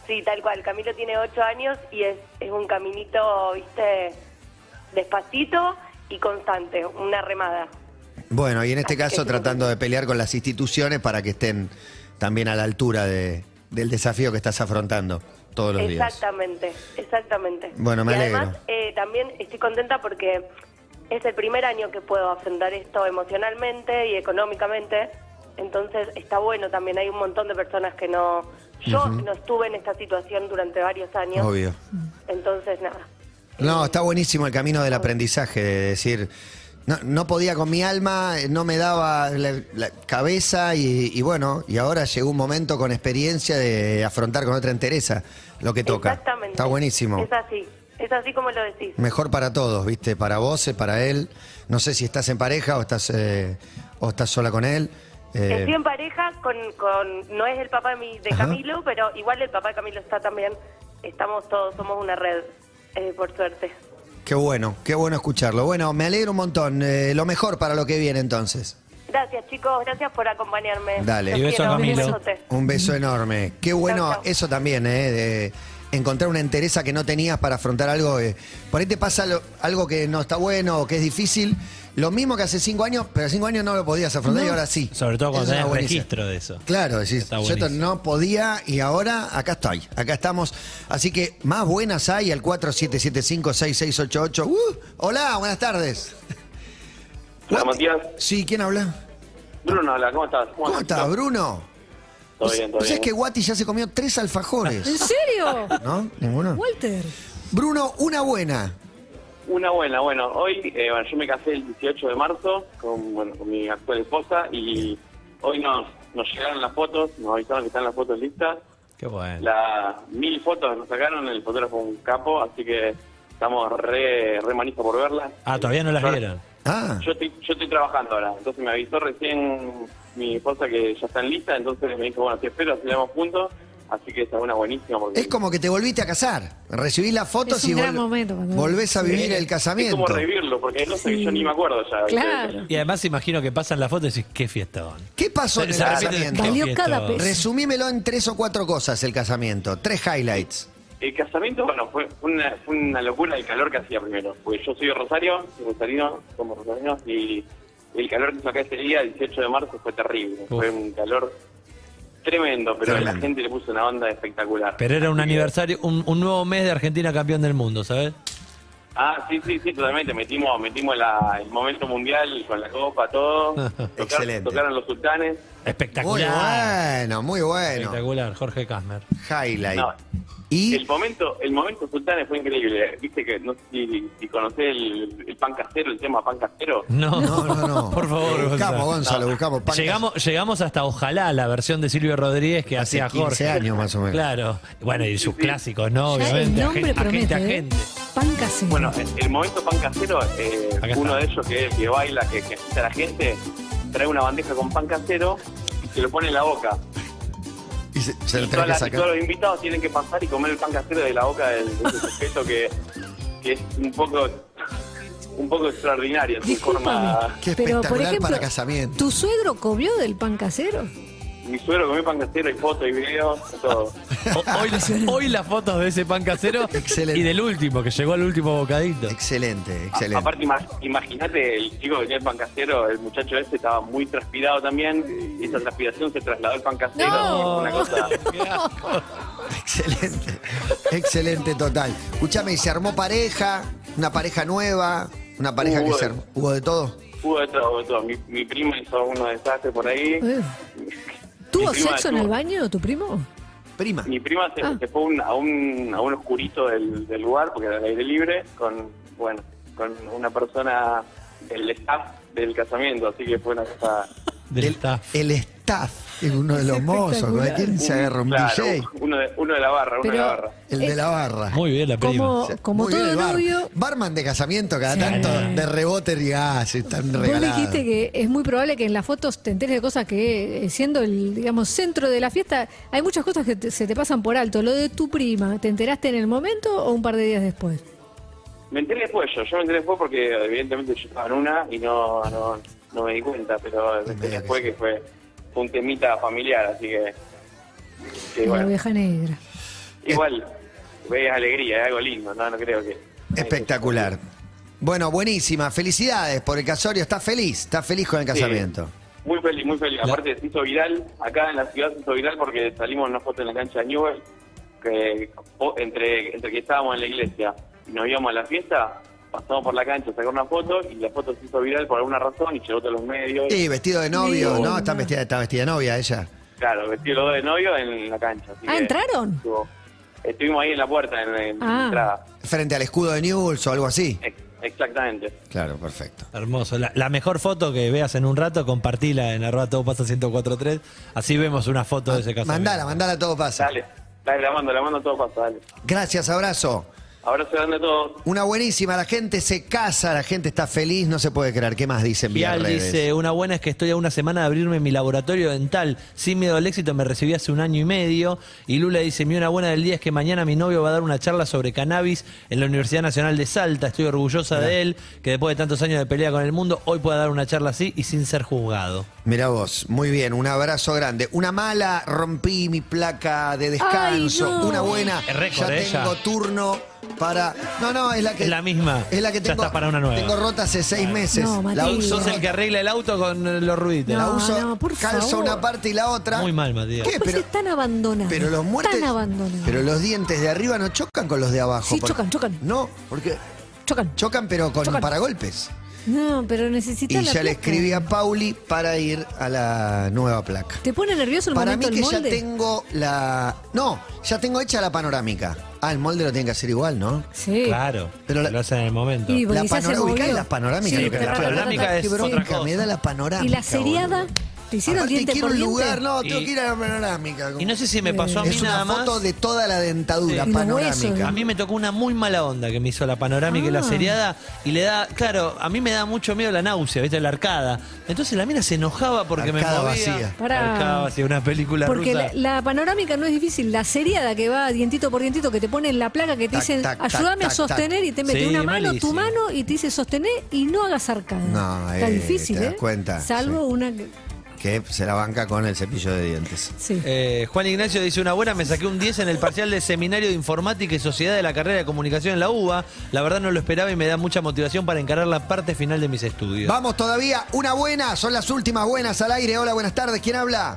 Speaker 10: sí, tal cual. Camilo tiene ocho años y es, es un caminito, viste, despacito y constante, una remada.
Speaker 3: Bueno, y en este
Speaker 10: Así que
Speaker 3: caso
Speaker 10: sí,
Speaker 3: tratando de pelear con las instituciones para que estén también a la altura de- del desafío que estás afrontando todos los días.
Speaker 10: Exactamente, exactamente.
Speaker 3: Bueno, me
Speaker 10: y
Speaker 3: alegro.
Speaker 10: Además, eh, también estoy contenta porque es el primer año que puedo afrontar esto emocionalmente y económicamente. Entonces está bueno también. Hay un montón de personas que no. Yo no estuve en esta situación durante varios años.
Speaker 3: Obvio.
Speaker 10: Entonces, nada.
Speaker 3: No, está buenísimo el camino del aprendizaje, de decir, No, no podía con mi alma, eh, no me daba la, la cabeza y, y bueno, y ahora llegó un momento con experiencia de afrontar con otra entereza lo que toca.
Speaker 10: Exactamente.
Speaker 3: Está buenísimo.
Speaker 10: Es así, es así como lo decís.
Speaker 3: Mejor para todos, ¿viste? Para vos, eh, para él. No sé si estás en pareja o estás, eh, o estás sola con él. Eh,
Speaker 10: Estoy en pareja con, con no es el papá de, mi, de
Speaker 3: Ajá.
Speaker 10: Camilo, pero igual el papá de Camilo está también. Estamos todos, somos una red, eh, por suerte.
Speaker 3: Qué bueno, qué bueno escucharlo. Bueno, me alegro un montón. Eh, lo mejor para lo que viene entonces.
Speaker 10: Gracias chicos, gracias por acompañarme.
Speaker 3: Dale.
Speaker 10: Los
Speaker 3: Y beso a
Speaker 10: quiero, un
Speaker 3: Camilo.
Speaker 10: besote.
Speaker 3: Un beso enorme. Qué bueno
Speaker 10: Chau, chau.
Speaker 3: eso también, ¿eh? De encontrar una entereza que no tenías para afrontar algo. eh. Por ahí te pasa lo- algo que no está bueno o que es difícil. Lo mismo que hace cinco años, pero hace cinco años no lo podías afrontar y ahora sí.
Speaker 4: Sobre todo cuando
Speaker 3: Eso está
Speaker 4: tenés
Speaker 3: buenísimo.
Speaker 4: registro de eso.
Speaker 3: Claro, decís,
Speaker 4: Está
Speaker 3: yo
Speaker 4: buenísimo.
Speaker 3: esto no podía y ahora acá estoy, acá estamos. Así que más buenas hay al 4775-6688. Uh, hola, buenas tardes.
Speaker 11: Hola, Matías.
Speaker 3: Sí, ¿quién habla?
Speaker 11: Bruno, hola, ¿cómo estás?
Speaker 3: ¿Cómo estás, Bruno?
Speaker 11: Todo bien, todo
Speaker 3: ¿Vos sabés
Speaker 11: bien.
Speaker 3: que Guati ya se comió tres alfajores?
Speaker 5: ¿En serio?
Speaker 3: ¿No? ¿Ninguno?
Speaker 5: Walter.
Speaker 3: Bruno, una buena.
Speaker 11: Una buena, bueno, hoy, eh, bueno, yo me casé el 18 de marzo con, bueno, con mi actual esposa y hoy nos, nos llegaron las fotos, nos avisaron que están las fotos listas.
Speaker 4: Qué bueno.
Speaker 11: La, mil fotos nos sacaron, el fotógrafo un capo, así que estamos re, re manija por verlas.
Speaker 4: Ah, todavía no las vieron.
Speaker 3: Ah.
Speaker 11: Yo estoy, yo estoy trabajando ahora, entonces me avisó recién mi esposa que ya están listas, entonces me dijo, bueno, te espero, así la vemos juntos, así que esta es una buenísima porque...
Speaker 3: Es como que te volviste a casar. Recibí las fotos
Speaker 5: Es un
Speaker 3: y
Speaker 5: gran
Speaker 3: vol-
Speaker 5: momento cuando-
Speaker 3: volvés a vivir
Speaker 5: Sí.
Speaker 3: el casamiento.
Speaker 11: Es como revivirlo, porque no sé que yo ni me acuerdo ya. ¿viste?
Speaker 5: Claro.
Speaker 4: Y además imagino que pasan las fotos y decís, qué fiestón.
Speaker 3: ¿Qué pasó en el
Speaker 4: Se repite,
Speaker 3: casamiento?
Speaker 4: qué
Speaker 5: Valió
Speaker 4: fiestón.
Speaker 5: cada peso.
Speaker 3: Resumímelo en tres o cuatro cosas el casamiento. Tres highlights.
Speaker 11: El casamiento, bueno, fue una, fue una locura el calor que hacía primero. Porque yo soy de Rosario, soy rosarino, somos rosarinos, y el calor que hizo acá ese día, el 18 de marzo, fue terrible. Fue un calor tremendo, pero la
Speaker 3: Tremendo.
Speaker 11: gente le puso una onda espectacular.
Speaker 4: Pero era un aniversario, un, un nuevo mes de Argentina campeón del mundo, ¿sabes?
Speaker 11: Ah, sí, sí, sí, totalmente. Metimos metimos la- el momento mundial con la copa, todo. Tocaron-
Speaker 3: Excelente.
Speaker 11: Tocaron los sultanes.
Speaker 3: Muy
Speaker 4: Espectacular.
Speaker 3: bueno, muy bueno.
Speaker 4: Espectacular, Jorge Casmer.
Speaker 3: Highlight.
Speaker 11: No,
Speaker 3: y
Speaker 11: El momento, el momento sultanes fue increíble. Viste que no sé si, si conocés el, el pan casero, el tema pan casero.
Speaker 4: No,
Speaker 3: No, no, no.
Speaker 4: Por favor,
Speaker 3: Lo buscamos,
Speaker 4: Gonzalo.
Speaker 3: Gonzalo, buscamos. Pan
Speaker 4: Llegamos, llegamos hasta ojalá la versión de Silvio Rodríguez que
Speaker 3: Hace
Speaker 4: hacía
Speaker 3: 15
Speaker 4: Jorge.
Speaker 3: años, más o menos.
Speaker 4: Claro. Bueno, y sus clásicos, ¿no?
Speaker 5: Ya el
Speaker 4: Obviamente.
Speaker 5: nombre
Speaker 4: agente,
Speaker 5: promete.
Speaker 4: agente,
Speaker 5: ¿eh?
Speaker 4: agente.
Speaker 5: Pan casero.
Speaker 11: Bueno, el momento pan casero, eh,
Speaker 4: Acá está.
Speaker 11: uno de ellos que, que baila, que, que agita a la gente, trae una bandeja con pan casero y se lo pone en la boca.
Speaker 3: Y se, se
Speaker 11: Y,
Speaker 3: lo tenés
Speaker 11: todas
Speaker 3: que
Speaker 11: las- y todos
Speaker 3: sacar.
Speaker 11: los invitados tienen que pasar y comer el pan casero de la boca del, de ese sujeto que, que es un poco un poco extraordinario. en su forma.
Speaker 3: Qué
Speaker 5: pero por
Speaker 3: espectacular
Speaker 5: ejemplo,
Speaker 3: para casamiento.
Speaker 5: ¿tu suegro comió del pan casero?
Speaker 11: Mi suegro comió pan casero, hay fotos y videos, todo.
Speaker 4: O- Hoy, hoy las fotos de ese pan casero
Speaker 3: Excelente.
Speaker 4: y del último, que llegó al último bocadito.
Speaker 3: Excelente,
Speaker 11: A-
Speaker 3: excelente.
Speaker 11: Aparte, ima- imagínate, el chico que tenía el pan casero, el muchacho este estaba muy transpirado también, y esa transpiración se trasladó al pan casero,
Speaker 5: No.
Speaker 11: una cosa...
Speaker 3: Excelente, excelente total. Escuchame, ¿y se armó pareja? ¿Una pareja nueva? ¿Una pareja que
Speaker 11: Hubo
Speaker 3: se
Speaker 11: de-
Speaker 3: armó? ¿Hubo de todo?
Speaker 11: Hubo de todo, hubo de todo. Mi, mi prima hizo unos desastres por ahí.
Speaker 5: Eh. ¿Tuvo
Speaker 11: Mi prima
Speaker 5: sexo en el
Speaker 11: tuvo-
Speaker 5: baño tu primo?
Speaker 3: Prima.
Speaker 11: Mi prima se,
Speaker 5: Ah.
Speaker 11: se fue un- a, un, a un oscurito del, del lugar, porque era al aire libre, con, bueno, con una persona del staff del casamiento, así que fue una cosa...
Speaker 4: Del
Speaker 3: el,
Speaker 4: staff.
Speaker 3: el staff es uno de los mozos. ¿no? ¿Quién se
Speaker 11: un-
Speaker 3: agarra un
Speaker 11: claro,
Speaker 3: DJ?
Speaker 11: Uno de, uno de la barra, uno de
Speaker 5: Pero-
Speaker 11: la barra.
Speaker 3: El de la barra.
Speaker 4: Muy bien la prima.
Speaker 5: Como, como
Speaker 3: Muy bien
Speaker 5: todo
Speaker 3: el bar.
Speaker 5: novio,
Speaker 3: Barman de casamiento, cada tanto de rebote y ah, se están
Speaker 5: vos
Speaker 3: regalados.
Speaker 5: dijiste que es muy probable que en las fotos te enteres de cosas que, eh, siendo el digamos centro de la fiesta, hay muchas cosas que te- se te pasan por alto. Lo de tu prima, ¿te enteraste en el momento o un par de días después?
Speaker 11: Me enteré después yo, yo me enteré después porque evidentemente yo estaba en una y no, no, no me di cuenta, pero me enteré
Speaker 3: Mira que
Speaker 11: después
Speaker 3: sí.
Speaker 11: que fue, fue un temita familiar, así que, que
Speaker 5: La
Speaker 11: bueno,
Speaker 5: oveja negra.
Speaker 11: igual, es alegría, es algo lindo, no, no creo que...
Speaker 3: Espectacular. Bueno, buenísima. Felicidades por el casorio. Está feliz, está feliz con el
Speaker 11: Sí.
Speaker 3: casamiento.
Speaker 11: Muy feliz, muy feliz. Aparte se hizo viral, acá en la ciudad se hizo viral porque salimos una foto en la cancha de Newell, que o- entre, entre que estábamos en la iglesia y nos íbamos a la fiesta, pasamos por la cancha a sacar una foto y la foto se hizo viral por alguna razón y llegó a todos los medios.
Speaker 3: Y vestido de novio,
Speaker 5: Lindo.
Speaker 3: ¿no? Está vestida, está vestida de novia ella.
Speaker 11: Claro, vestido los dos de novio en la cancha. así
Speaker 5: Ah,
Speaker 11: que
Speaker 5: ¿entraron?
Speaker 11: estuvo- estuvimos ahí en la puerta, en, en
Speaker 5: Ah.
Speaker 11: la entrada.
Speaker 3: Frente al escudo de Newell's o algo así.
Speaker 11: Ex- Exactamente.
Speaker 3: Claro, perfecto.
Speaker 4: Hermoso. La, la mejor foto que veas en un rato, compartila en arroba todo pasa 1043. Así vemos una foto
Speaker 3: Ah,
Speaker 4: de ese caso.
Speaker 3: Mandala, mandala, todo pasa.
Speaker 11: Dale, dale, la mando, la mando todo pasa, dale.
Speaker 3: Gracias, abrazo.
Speaker 11: Abrazo grande a todos.
Speaker 3: Una buenísima, la gente se casa, la gente está feliz, no se puede creer. ¿Qué más dicen vía
Speaker 4: Vial
Speaker 3: redes?
Speaker 4: dice, una buena es que estoy a una semana de abrirme mi laboratorio dental. Sin miedo al éxito me recibí hace un año y medio. Y Lula dice, mi una buena del día es que mañana mi novio va a dar una charla sobre cannabis en la Universidad Nacional de Salta. Estoy orgullosa de él, que después de tantos años de pelea con el mundo, hoy pueda dar una charla así y sin ser juzgado.
Speaker 3: Mira vos, muy bien, un abrazo grande. Una mala, rompí mi placa de descanso.
Speaker 4: Ay, no.
Speaker 3: Una buena,
Speaker 4: Es récord,
Speaker 3: ya
Speaker 4: ¿eh?
Speaker 3: tengo
Speaker 4: Ya.
Speaker 3: turno para. No, no, es la que.
Speaker 4: Es la misma.
Speaker 3: Es la que
Speaker 4: Ya
Speaker 3: tengo.
Speaker 4: estás para una nueva.
Speaker 3: Tengo rota hace seis meses.
Speaker 5: No,
Speaker 3: la
Speaker 5: Matías.
Speaker 3: uso,
Speaker 4: Sos el que arregla el auto con eh, los ruiditos.
Speaker 3: la
Speaker 5: No,
Speaker 3: uso,
Speaker 5: no, por
Speaker 3: calzo
Speaker 5: favor.
Speaker 3: una parte y la otra.
Speaker 4: Muy mal, Matías.
Speaker 3: ¿Qué?
Speaker 5: Pues
Speaker 3: Pero,
Speaker 5: están abandonados.
Speaker 3: pero los muertes.
Speaker 5: Están abandonados.
Speaker 3: Pero los dientes de arriba no chocan con los de abajo.
Speaker 5: Sí,
Speaker 3: porque-
Speaker 5: chocan, chocan.
Speaker 3: No, porque
Speaker 5: Chocan.
Speaker 3: chocan, pero con
Speaker 5: Chocan.
Speaker 3: paragolpes.
Speaker 5: No, pero necesitas
Speaker 3: Y
Speaker 5: la
Speaker 3: ya le
Speaker 5: placa.
Speaker 3: escribí a Pauli para ir a la nueva placa.
Speaker 5: ¿Te pone nervioso el
Speaker 3: Para mí
Speaker 5: momento
Speaker 3: que
Speaker 5: del
Speaker 3: ya
Speaker 5: molde?
Speaker 3: tengo la... No, ya tengo hecha la panorámica. Ah, el molde lo tiene que hacer igual, ¿no?
Speaker 5: Sí.
Speaker 4: Claro,
Speaker 3: Pero la-
Speaker 4: lo hacen en el momento.
Speaker 5: Y porque
Speaker 3: La
Speaker 5: quizás se
Speaker 3: panorá- ubicás
Speaker 5: movió.
Speaker 3: la panorámica,
Speaker 5: Sí,
Speaker 3: lo que es
Speaker 5: ta,
Speaker 3: la
Speaker 5: ta, ta, ta,
Speaker 4: panorámica
Speaker 5: ta, ta.
Speaker 4: es
Speaker 3: Qué bronca,
Speaker 4: otra cosa.
Speaker 3: me da la panorámica.
Speaker 5: Y la seriada, ¿te hicieron
Speaker 3: Aparte,
Speaker 5: diente
Speaker 3: quiero
Speaker 5: por
Speaker 3: un
Speaker 5: diente?
Speaker 3: lugar, no, tengo
Speaker 4: Y-
Speaker 3: que ir a la panorámica.
Speaker 4: Y no sé si me pasó a mí
Speaker 3: es una
Speaker 4: nada más.
Speaker 3: foto de toda la dentadura
Speaker 5: Sí. Y los huesos,
Speaker 3: panorámica.
Speaker 4: A mí me tocó una muy mala onda que me hizo la panorámica y la
Speaker 5: Ah.
Speaker 4: seriada. Y le da, claro, a mí me da mucho miedo la náusea, ¿viste? La arcada. Entonces la mina se enojaba porque
Speaker 3: Arcada
Speaker 4: me movía.
Speaker 3: vacía.
Speaker 5: Pará.
Speaker 4: Arcada vacía, una película
Speaker 5: Porque
Speaker 4: rusa.
Speaker 5: la, la panorámica no es difícil, la seriada que va dientito por dientito, que te ponen la placa que te
Speaker 3: Tac,
Speaker 5: dicen
Speaker 3: tac, tac,
Speaker 5: ayúdame a
Speaker 3: tac,
Speaker 5: sostener
Speaker 3: tac.
Speaker 5: y te mete
Speaker 4: Sí,
Speaker 5: una mano,
Speaker 4: malísimo.
Speaker 5: tu mano y te dice sostener y no hagas arcada.
Speaker 3: No,
Speaker 5: Está
Speaker 3: eh,
Speaker 5: difícil,
Speaker 3: te das
Speaker 5: ¿eh?
Speaker 3: cuenta,
Speaker 5: Salvo
Speaker 3: sí.
Speaker 5: una que...
Speaker 3: Que se la banca con el cepillo de dientes.
Speaker 5: Sí.
Speaker 4: Eh, Juan Ignacio dice una buena, me saqué un 10 en el parcial de Seminario de Informática y Sociedad de la carrera de Comunicación en la UBA. La verdad no lo esperaba y me da mucha motivación para encarar la parte final de mis estudios.
Speaker 3: Vamos todavía, una buena, son las últimas buenas al aire. Hola, buenas tardes, ¿quién habla?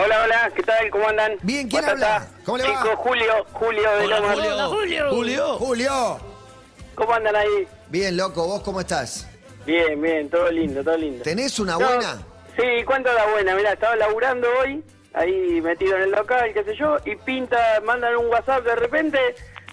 Speaker 9: Hola, hola, ¿qué tal? ¿Cómo andan?
Speaker 3: Bien, ¿quién habla? ¿Cómo le va?
Speaker 9: Chico, Julio, Julio de
Speaker 4: Hola,
Speaker 9: Lomas.
Speaker 4: Julio. Julio.
Speaker 3: Julio.
Speaker 9: ¿Cómo andan ahí?
Speaker 3: Bien, loco, ¿vos cómo estás?
Speaker 9: Bien, bien, todo lindo, todo lindo.
Speaker 3: ¿Tenés una
Speaker 9: No,
Speaker 3: buena?
Speaker 9: Sí, ¿cuánto la buena? Mirá, estaba laburando hoy, ahí metido en el local, qué sé yo, y pinta, mandan un WhatsApp de repente,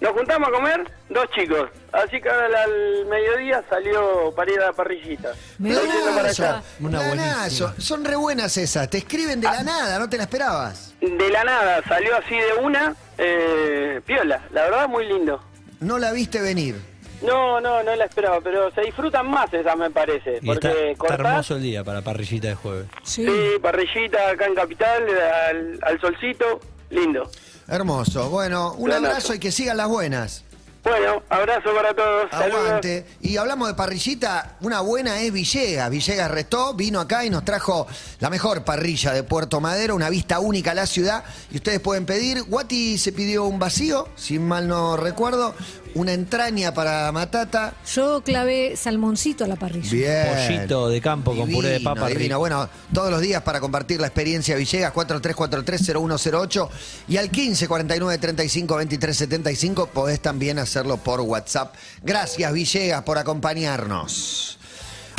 Speaker 9: nos juntamos a comer, dos chicos. Así que ahora al mediodía salió para ir a la parrillita.
Speaker 5: Me
Speaker 9: Estoy yendo para
Speaker 5: gusta.
Speaker 9: allá. Ah.
Speaker 4: Una
Speaker 3: Planazo.
Speaker 4: buenísima.
Speaker 3: Son re buenas esas. Te escriben de la nada, no te la esperabas.
Speaker 9: De la nada, salió así de una, eh, piola, la verdad muy lindo.
Speaker 3: No la viste venir.
Speaker 9: No, no, no la esperaba, pero se disfrutan más esas, me parece.
Speaker 4: Y está,
Speaker 9: Porque
Speaker 4: está
Speaker 9: cortás,
Speaker 4: hermoso el día para parrillita de jueves.
Speaker 5: Sí.
Speaker 9: sí, parrillita acá en Capital, al, al solcito, lindo.
Speaker 3: Hermoso. Bueno, un
Speaker 9: Planazo.
Speaker 3: abrazo y que sigan las buenas.
Speaker 9: Bueno, abrazo para todos. Saludos.
Speaker 3: Aguante. Y hablamos de parrillita. Una buena es Villegas. Villegas restó, vino acá y nos trajo la mejor parrilla de Puerto Madero, una vista única a la ciudad. Y ustedes pueden pedir. Guati se pidió un vacío, si mal no recuerdo. Una entraña para Matata.
Speaker 5: Yo clavé salmoncito a la parrilla.
Speaker 3: Bien.
Speaker 4: Pollito de campo con puré de papa
Speaker 3: divino.
Speaker 4: rico.
Speaker 3: Bueno, todos los días para compartir la experiencia Villegas 43430108 y al 15 49 35 23 75 podés también hacerlo por WhatsApp. Gracias Villegas por acompañarnos.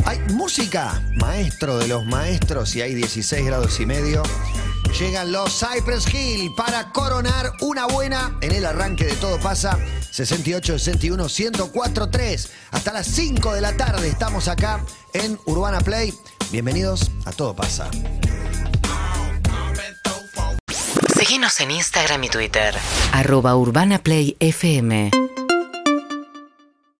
Speaker 3: Hay música, maestro de los maestros y hay 16 grados y medio. Llegan los Cypress Hill para coronar una buena en el arranque de Todo Pasa 68 61 1043 hasta las 5 de la tarde estamos acá en Urbana Play. Bienvenidos a Todo Pasa.
Speaker 12: Síguenos en Instagram y Twitter.
Speaker 13: Arroba Urbana Play FM.